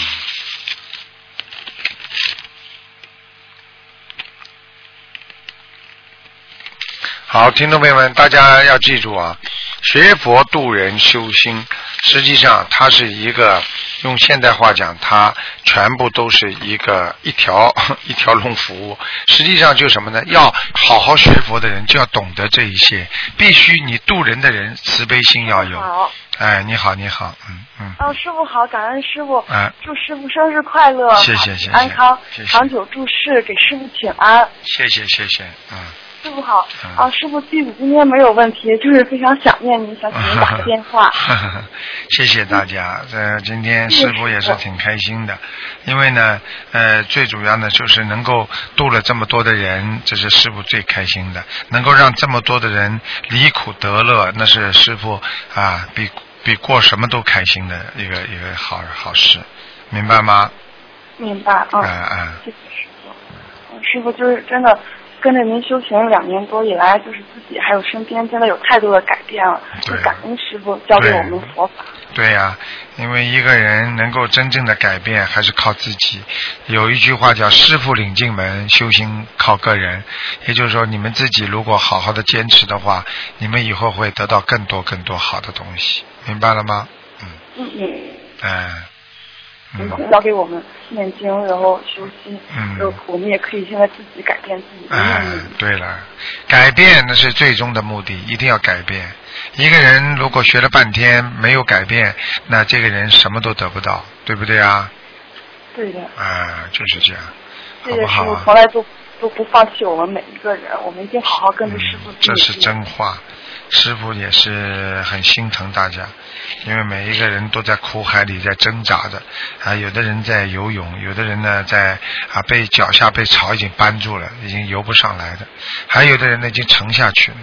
[SPEAKER 2] 好，听众朋友们，大家要记住啊，学佛度人修心，实际上它是一个用现代话讲，它全部都是一个一条 一条龙服务。实际上就是什么呢？要好好学佛的人就要懂得这一些，必须你度人的人慈悲心要有。
[SPEAKER 7] 好，
[SPEAKER 2] 哎，你好，你好，嗯嗯，
[SPEAKER 7] 哦，师傅好，感恩师傅，
[SPEAKER 2] 哎，
[SPEAKER 7] 祝师傅生日快乐，
[SPEAKER 2] 谢谢谢谢
[SPEAKER 7] 安康
[SPEAKER 2] 谢，谢
[SPEAKER 7] 长久住世，给师傅请安。
[SPEAKER 2] 谢谢谢谢，嗯。
[SPEAKER 7] 师傅好
[SPEAKER 2] 嗯，
[SPEAKER 7] 啊，师傅弟子今天没有问题，就是非常想念您，想给您打个电话。
[SPEAKER 2] 谢谢大家，呃，今天师傅也是挺开心的，因为呢，呃，最主要呢就是能够度了这么多的人，这是师傅最开心的，能够让这么多的人离苦得乐，那是师傅啊，比比过什么都开心的一个一个好好事，明白吗？
[SPEAKER 7] 明白，
[SPEAKER 2] 啊、
[SPEAKER 7] 嗯，
[SPEAKER 2] 啊、
[SPEAKER 7] 谢谢师傅。嗯师傅就是真的跟着您修行两年多以来，哎就是自己还有身边真的有太多的改变了，就
[SPEAKER 2] 对
[SPEAKER 7] 感恩师傅教给
[SPEAKER 2] 对
[SPEAKER 7] 我们佛法。
[SPEAKER 2] 对呀、因为一个人能够真正的改变，还是靠自己。有一句话叫“师傅领进门，修行靠个人”，也就是说，你们自己如果好好的坚持的话，你们以后会得到更多更多好的东西，明白了吗？
[SPEAKER 7] 嗯嗯，
[SPEAKER 2] 嗯，嗯，
[SPEAKER 7] 教给我们念经，然后修心，
[SPEAKER 2] 嗯
[SPEAKER 7] 然后我们也可以现在自己改变自己的
[SPEAKER 2] 哎
[SPEAKER 7] 命运。，
[SPEAKER 2] 对了，改变那是最终的目的，一定要改变。一个人如果学了半天没有改变，那这个人什么都得不到，对不对啊？
[SPEAKER 4] 对的，
[SPEAKER 2] 啊，就是这样，
[SPEAKER 4] 对
[SPEAKER 2] 好
[SPEAKER 4] 的，
[SPEAKER 2] 不好
[SPEAKER 4] 师傅
[SPEAKER 2] 啊
[SPEAKER 4] 从？来都都不放弃我们每一个人，我们一定好好跟着师傅去
[SPEAKER 2] 嗯这
[SPEAKER 4] 努
[SPEAKER 2] 是
[SPEAKER 4] 力。
[SPEAKER 2] 真话，师傅也是很心疼大家，因为每一个人都在苦海里在挣扎着，啊，有的人在游泳，有的人呢在啊被脚下被潮已经绊住了，已经游不上来的，还有的人呢已经沉下去了，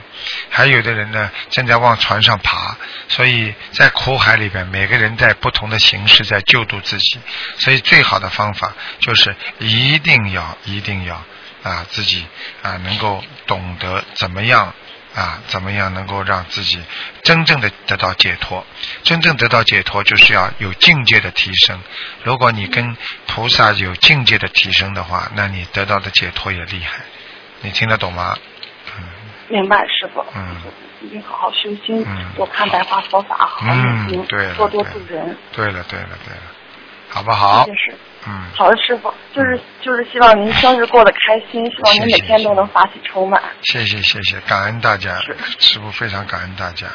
[SPEAKER 2] 还有的人呢正在往船上爬，所以在苦海里边，每个人在不同的形式在救度自己，所以最好的方法就是一定要一定要。啊，自己啊能够懂得怎么样啊，怎么样能够让自己真正的得到解脱？真正得到解脱，就是要有境界的提升。如果你跟菩萨有境界的提升的话，那你得到的解脱也厉害。你听得懂吗？
[SPEAKER 4] 明白，师傅，
[SPEAKER 2] 嗯
[SPEAKER 4] 一定好好修心，
[SPEAKER 2] 嗯
[SPEAKER 4] 多看白话佛法，好好
[SPEAKER 2] 嗯
[SPEAKER 4] 念经，
[SPEAKER 2] 对了
[SPEAKER 4] 多多
[SPEAKER 2] 对
[SPEAKER 4] 助人。
[SPEAKER 2] 对了，对了，对了，好不好
[SPEAKER 4] 谢谢？师傅
[SPEAKER 2] 嗯，
[SPEAKER 4] 好的，师傅，就是就是希望您生日过得开心，希望您每天都能法喜充满。
[SPEAKER 2] 谢谢谢谢，感恩大家，师傅非常感恩大家，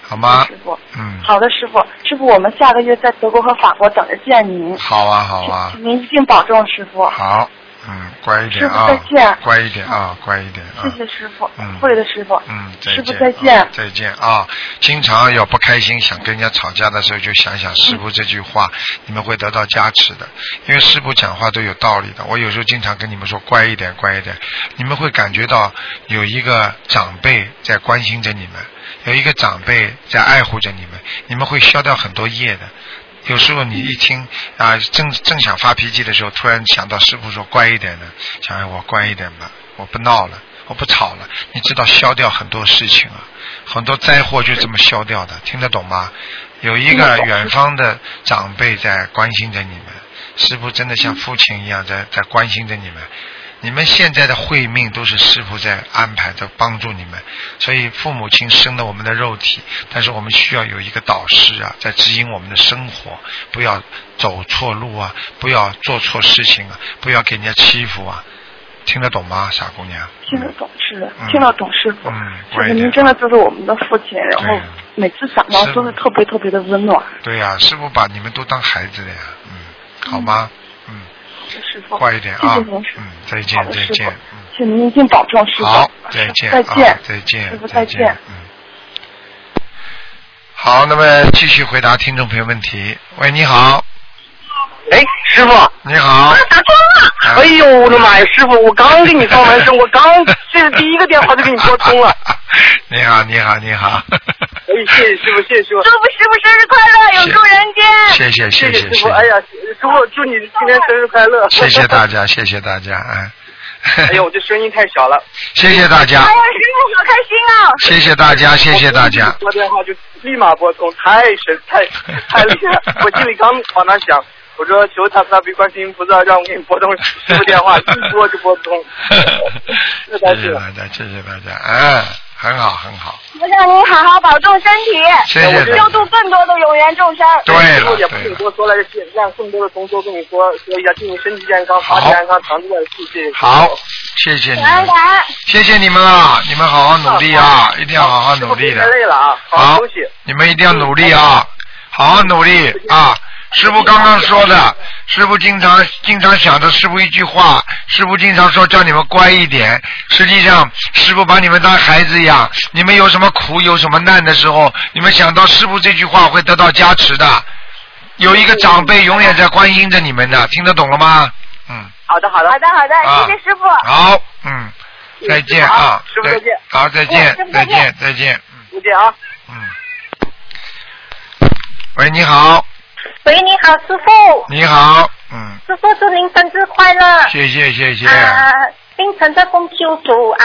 [SPEAKER 2] 好吗
[SPEAKER 4] 师？傅，
[SPEAKER 2] 嗯，
[SPEAKER 4] 好的，师傅，师傅，我们下个月在德国和法国等着见您，
[SPEAKER 2] 好啊，好啊，
[SPEAKER 4] 您一定保重，师傅。
[SPEAKER 2] 好，嗯，乖一点
[SPEAKER 4] 师傅
[SPEAKER 2] 啊
[SPEAKER 4] 再见，
[SPEAKER 2] 乖一点啊，乖一点啊
[SPEAKER 4] 谢。谢师傅
[SPEAKER 2] 嗯，
[SPEAKER 4] 会的，师傅。
[SPEAKER 2] 嗯，再
[SPEAKER 4] 师
[SPEAKER 2] 见，
[SPEAKER 4] 傅再见
[SPEAKER 2] 啊。再见啊！经常有不开心想跟人家吵架的时候，就想
[SPEAKER 4] 嗯
[SPEAKER 2] 想师傅这句话，你们会得到加持的。因为师傅讲话都有道理的，我有时候经常跟你们说乖一点，乖一点，你们会感觉到有一个长辈在关心着你们，有一个长辈在爱护着你们，你们会消掉很多业的。有时候你一听啊，正正想发脾气的时候，突然想到师傅说乖一点呢，想哎我乖一点吧，我不闹了，我不吵了，你知道消掉很多事情啊，很多灾祸就这么消掉的，听得懂吗？有一个远方的长辈在关心着你们，师傅真的
[SPEAKER 4] 嗯
[SPEAKER 2] 像父亲一样在在关心着你们。你们现在的慧命都是师傅在安排的，帮助你们。所以父母亲生了我们的肉体，但是我们需要有一个导师啊，在指引我们的生活，不要走错路啊，不要做错事情啊，不要给人家欺负啊。听得懂吗，傻姑娘？
[SPEAKER 4] 听得懂是的
[SPEAKER 2] 嗯，
[SPEAKER 4] 听得懂师傅，
[SPEAKER 2] 嗯
[SPEAKER 4] 就
[SPEAKER 2] 乖
[SPEAKER 4] 是
[SPEAKER 2] 一点
[SPEAKER 4] 您真的就是我们的父亲，然后每次想到
[SPEAKER 2] 是
[SPEAKER 4] 都是特别特别的温暖。
[SPEAKER 2] 对呀、师傅把你们都当孩子了呀，嗯，好吗？嗯，
[SPEAKER 4] 师傅，
[SPEAKER 2] 快一点啊，
[SPEAKER 4] 谢谢您，师
[SPEAKER 2] 嗯，再
[SPEAKER 4] 好
[SPEAKER 2] 见，
[SPEAKER 4] 的
[SPEAKER 2] 再
[SPEAKER 4] 师
[SPEAKER 2] 见，
[SPEAKER 4] 傅，请您一定保重，师傅。
[SPEAKER 2] 好，再见，
[SPEAKER 4] 再
[SPEAKER 2] 啊
[SPEAKER 4] 见，
[SPEAKER 2] 再见，
[SPEAKER 4] 师傅
[SPEAKER 2] 再
[SPEAKER 4] 再
[SPEAKER 2] 见
[SPEAKER 4] 见，
[SPEAKER 2] 嗯。好，那么继续回答听众朋友问题。喂，你好，
[SPEAKER 10] 哎，师傅，
[SPEAKER 2] 你好，
[SPEAKER 10] 打错了！
[SPEAKER 2] 啊
[SPEAKER 10] 哎呦我的妈呀，师傅，我刚给你放完 声，我刚这是第一个电话就给你拨通了。
[SPEAKER 2] 你好，你好，你好，
[SPEAKER 10] 哎，谢谢师傅，谢谢师傅，
[SPEAKER 7] 祝师傅生日快乐，
[SPEAKER 2] 有祝
[SPEAKER 7] 人间。
[SPEAKER 2] 谢谢，谢谢，
[SPEAKER 10] 谢师
[SPEAKER 2] 谢
[SPEAKER 10] 傅。哎呀，师傅，祝你今天生日快 乐！
[SPEAKER 2] 谢谢大家，谢谢大家，啊，
[SPEAKER 10] 哎呦，我这声音太小了。
[SPEAKER 2] 谢谢大家
[SPEAKER 7] 哎，呀，师傅好开心啊！
[SPEAKER 2] 谢谢大家，谢谢大家。
[SPEAKER 10] 我刚给你，拨电话就立马拨通，太神太太厉害！我心里刚往那想，我说求大慈大悲观世音菩萨让我给你拨通师傅电话，一拨就拨不通
[SPEAKER 2] 谢
[SPEAKER 10] 这才
[SPEAKER 2] 谢
[SPEAKER 10] 是。
[SPEAKER 2] 大家，谢谢大家，嗯，很好，很好，
[SPEAKER 7] 我让您好好保重身体，
[SPEAKER 2] 谢
[SPEAKER 10] 哎
[SPEAKER 2] 谢大
[SPEAKER 7] 救
[SPEAKER 2] 家
[SPEAKER 7] 度。更多的有缘众生。
[SPEAKER 2] 对
[SPEAKER 10] 师傅
[SPEAKER 2] 了，
[SPEAKER 10] 也不跟
[SPEAKER 2] 对
[SPEAKER 10] 你
[SPEAKER 2] 了，
[SPEAKER 10] 多说了，让更多的同修跟你说说一下，祝你身体健康，
[SPEAKER 2] 好
[SPEAKER 10] 法体安康，长治久安。
[SPEAKER 2] 好，谢谢你
[SPEAKER 7] 感
[SPEAKER 10] 哎
[SPEAKER 7] 恩
[SPEAKER 2] 们，
[SPEAKER 7] 感恩。
[SPEAKER 2] 谢谢你们啊，你们好好努力啊，一定要好好努力的
[SPEAKER 10] 太，累了啊，好好
[SPEAKER 2] 好
[SPEAKER 10] 休息。，
[SPEAKER 2] 你们一定要努力啊，好好努力啊。师傅刚刚说的，师傅经常经常想着师傅一句话，师傅经常说叫你们乖一点。实际上，师傅把你们当孩子一样，你们有什么苦有什么难的时候，你们想到师傅这句话会得到加持的。有一个长辈永远在关心着你们的，听得懂了吗？嗯，
[SPEAKER 10] 好的，好的，
[SPEAKER 7] 好的好的，
[SPEAKER 2] 啊
[SPEAKER 7] 谢谢师傅。
[SPEAKER 2] 好，嗯，再见啊，
[SPEAKER 10] 师傅再见哎
[SPEAKER 2] 好，再见，再见，再见，
[SPEAKER 10] 再见啊。
[SPEAKER 2] 嗯。喂，你好，
[SPEAKER 7] 喂，你好，师傅，
[SPEAKER 2] 你好，嗯，
[SPEAKER 7] 师傅祝您生日快乐。
[SPEAKER 2] 谢谢谢谢，
[SPEAKER 7] 啊，冰城的供修组啊，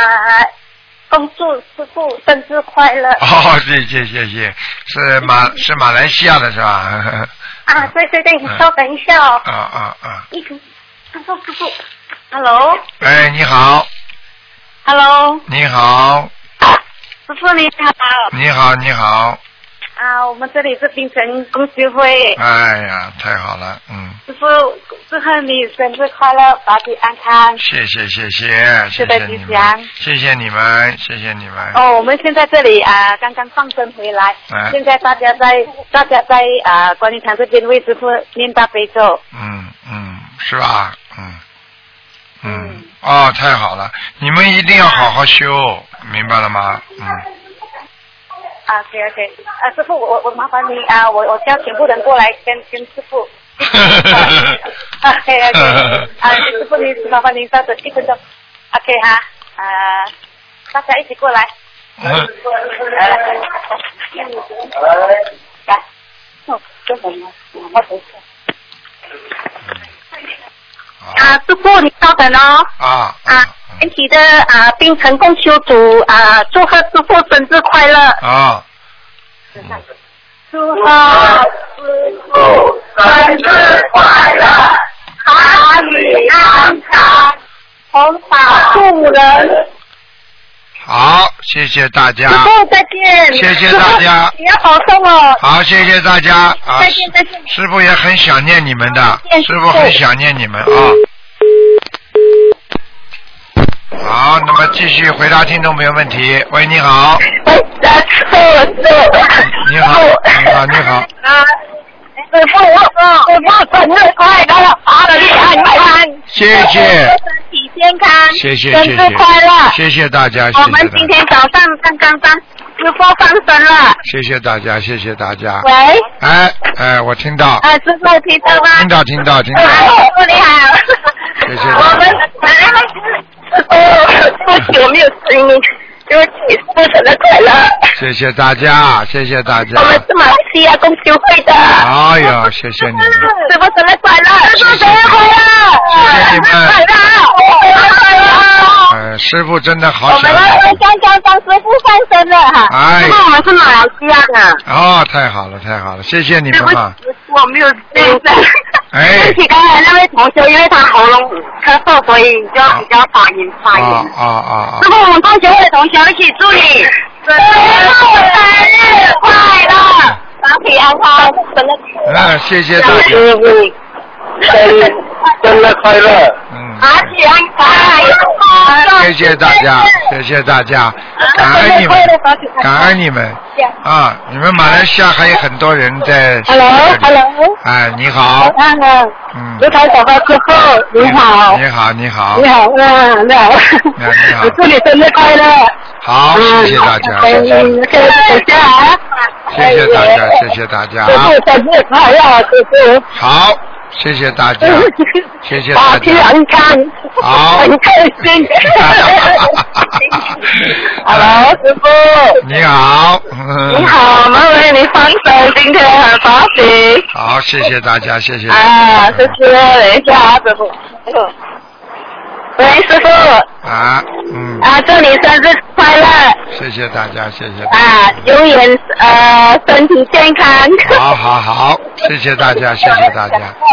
[SPEAKER 7] 恭祝师傅生日快乐。
[SPEAKER 2] 哦，谢谢谢谢，是马是马来西亚的是吧？
[SPEAKER 7] 啊，对对对，你
[SPEAKER 2] 嗯
[SPEAKER 7] 稍等一下哦。
[SPEAKER 2] 啊啊啊！
[SPEAKER 7] 一直，师傅师傅，Hello
[SPEAKER 2] 哎，你好，
[SPEAKER 7] Hello，
[SPEAKER 2] 你好，
[SPEAKER 7] 师傅你好
[SPEAKER 2] 你好，你好，
[SPEAKER 7] 啊，我们这里是冰城公学会
[SPEAKER 2] 哎呀，太好了，嗯，
[SPEAKER 7] 师傅，祝贺你生日快乐，身体安康，
[SPEAKER 2] 谢谢谢谢谢
[SPEAKER 7] 吃得
[SPEAKER 2] 谢
[SPEAKER 7] 吉
[SPEAKER 2] 你们，
[SPEAKER 7] 祥。
[SPEAKER 2] 谢谢你们，谢谢你们。
[SPEAKER 7] 哦，我们现在这里啊、刚刚放生回来，
[SPEAKER 2] 哎
[SPEAKER 7] 现在大家在大家在啊、观音堂这边为师傅念大悲咒，
[SPEAKER 2] 嗯嗯，是吧？嗯嗯，哦，太好了，你们一定要好好修，明白了吗？嗯，
[SPEAKER 7] 啊，OK OK，啊，师傅，我我我麻烦你啊，我我叫全部人过来跟跟师 傅。啊，OK OK，啊，师傅您麻烦您稍等一分钟，OK 哈，啊，大家一起过来。来，哦，这什么？我不
[SPEAKER 4] 啊，师傅，你稍等哦。
[SPEAKER 2] 啊
[SPEAKER 4] 啊，全体的啊，并成功修组啊，祝贺师傅生日快乐！
[SPEAKER 2] 啊，
[SPEAKER 4] 祝贺
[SPEAKER 7] 生日快乐，
[SPEAKER 4] 啊阿
[SPEAKER 7] 里安康，
[SPEAKER 4] 弘法助人。
[SPEAKER 2] 好，谢谢大家
[SPEAKER 4] 师，傅哦再见。
[SPEAKER 2] 啊谢谢大家
[SPEAKER 4] 师父你要保重哦。
[SPEAKER 2] 好，谢谢大家啊
[SPEAKER 4] 再，见再见。
[SPEAKER 2] 师傅也很想念你们的
[SPEAKER 4] 再，见
[SPEAKER 2] 师傅很想念你们啊。好，那么继续回答听众朋友问题。喂，你好。
[SPEAKER 4] 哎
[SPEAKER 2] 你好，你好，你好。
[SPEAKER 4] 啊，师傅，我师傅生日快乐，阿里安康，
[SPEAKER 2] 谢谢，
[SPEAKER 4] 身体健康，
[SPEAKER 2] 谢谢，
[SPEAKER 4] 生
[SPEAKER 2] 谢
[SPEAKER 4] 日快乐。
[SPEAKER 2] 谢谢，谢谢大家，谢
[SPEAKER 4] 我
[SPEAKER 2] 谢
[SPEAKER 4] 们
[SPEAKER 2] 大
[SPEAKER 4] 今
[SPEAKER 2] 家，
[SPEAKER 4] 天早上刚刚放师傅放生了，
[SPEAKER 2] 谢谢大家，谢谢大家。
[SPEAKER 4] 喂，
[SPEAKER 2] 哎哎，我听到，
[SPEAKER 4] 啊，师傅听到吗？
[SPEAKER 2] 听到，听到，听到，
[SPEAKER 4] 师傅你好，
[SPEAKER 2] 谢谢
[SPEAKER 4] 我
[SPEAKER 2] 大
[SPEAKER 4] 们
[SPEAKER 2] 家。
[SPEAKER 4] 哦，对不起，我没有声音，对不起，师傅生日快乐，
[SPEAKER 2] 谢谢大家，谢谢大家
[SPEAKER 4] 我。们是马来西亚共修会的，
[SPEAKER 2] 哎呦，谢谢你们，
[SPEAKER 4] 师傅生日快乐，师傅生日快乐，
[SPEAKER 2] 谢谢你们。
[SPEAKER 4] 生日快乐，
[SPEAKER 2] 呃，师傅真的好
[SPEAKER 4] 我
[SPEAKER 2] 想
[SPEAKER 4] 们
[SPEAKER 2] 你。
[SPEAKER 4] 我们刚刚帮师傅放生了哈，
[SPEAKER 2] 哎
[SPEAKER 4] 那我们是马来西亚的，
[SPEAKER 2] 哦，太好了，太好了，谢谢你们啊！
[SPEAKER 4] 我没有声音。
[SPEAKER 2] 哎
[SPEAKER 4] 对，不起，刚才那位同学，因为他喉咙咳嗽，所以就比较发音发
[SPEAKER 2] 啊
[SPEAKER 4] 音。
[SPEAKER 2] 啊啊啊
[SPEAKER 4] 师！傅，我们同学会的同学一起祝你生日快乐，身体安康，生日
[SPEAKER 2] 那谢谢大家，
[SPEAKER 4] 日生生日快乐，
[SPEAKER 2] 嗯，
[SPEAKER 4] 身体安康，
[SPEAKER 2] 谢谢大
[SPEAKER 4] 啊
[SPEAKER 2] 家，谢谢大家，感恩
[SPEAKER 4] 生
[SPEAKER 2] 你
[SPEAKER 4] 日快
[SPEAKER 2] 们
[SPEAKER 4] 乐，，
[SPEAKER 2] 感恩你们啊！你们马来西亚还有很多人在。
[SPEAKER 4] Hello，Hello，
[SPEAKER 2] 哎，你好，
[SPEAKER 4] 安安，
[SPEAKER 2] 嗯，
[SPEAKER 4] 卢台小花师傅，你好
[SPEAKER 2] 你，好，你好，
[SPEAKER 4] 你好，嗯，你好，
[SPEAKER 2] 哎你好
[SPEAKER 4] 我，祝你生日快乐。
[SPEAKER 2] 好，谢谢大家，谢谢
[SPEAKER 4] 嗯，谢谢大家，
[SPEAKER 2] 谢谢大家，谢谢大家
[SPEAKER 4] 师
[SPEAKER 2] 啊！
[SPEAKER 4] 傅生日哎快乐，师傅，
[SPEAKER 2] 好，谢谢大
[SPEAKER 4] 哎
[SPEAKER 2] 家，谢谢
[SPEAKER 4] 保
[SPEAKER 2] 大
[SPEAKER 4] 体
[SPEAKER 2] 家，
[SPEAKER 4] 安康，
[SPEAKER 2] 好
[SPEAKER 4] 很开心。Hello，师 傅，
[SPEAKER 2] 你好，嗯
[SPEAKER 4] 你好，我们为你放生，今天很高兴。
[SPEAKER 2] 好，谢谢大家，谢谢。
[SPEAKER 4] 啊，
[SPEAKER 2] 嗯
[SPEAKER 4] 谢谢，等一下啊，师傅，喂，师傅，
[SPEAKER 2] 啊，嗯，
[SPEAKER 4] 啊，祝你生日快乐，
[SPEAKER 2] 谢谢大家，谢谢。
[SPEAKER 4] 啊，永远呃身体健康。
[SPEAKER 2] 好好好，谢谢大家，谢谢大家。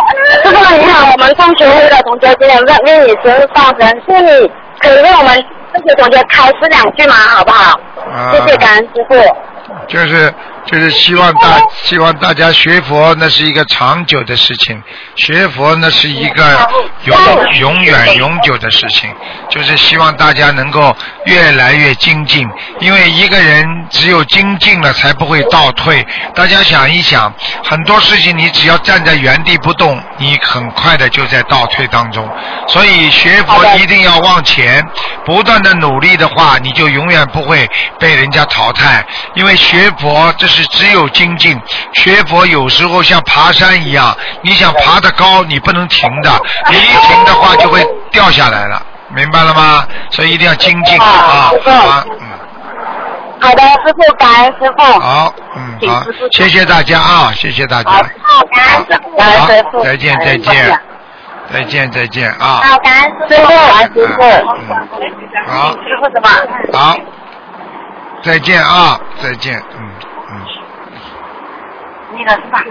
[SPEAKER 4] 师傅你好，我们同学会的同学今天问为你生日放生，是你可以为我们这些同学开示两句吗？好不好？
[SPEAKER 2] 啊
[SPEAKER 4] 谢，谢感恩师傅。
[SPEAKER 2] 就是就是希望大希望大家学佛，那是一个长久的事情，学佛那是一个永永远永久的事情，就是希望大家能够越来越精进，因为一个人只有精进了，才不会倒退。大家想一想，很多事情你只要站在原地不动，你很快的就在倒退当中。所以学佛一定要往前，不断的努力的话，你就永远不会被人家淘汰。因为学佛这是只有精进，学佛有时候像爬山一样，你想爬得高，你不能停的，你一停的话就会掉下来了。明白了吗？所以一定要精进啊！啊，
[SPEAKER 4] 好的，师傅，感恩师傅。
[SPEAKER 2] 好，嗯，好，谢谢大家啊，谢谢大家，
[SPEAKER 4] 好，感恩师傅，感
[SPEAKER 2] 好
[SPEAKER 4] 恩师，傅。
[SPEAKER 2] 再见，再见，再见，再见啊！嗯
[SPEAKER 4] 好，感恩师傅，感恩师傅。
[SPEAKER 2] 好，
[SPEAKER 4] 师傅怎么？
[SPEAKER 2] 好，再见啊，再见，嗯嗯，
[SPEAKER 4] 嗯那个是吧？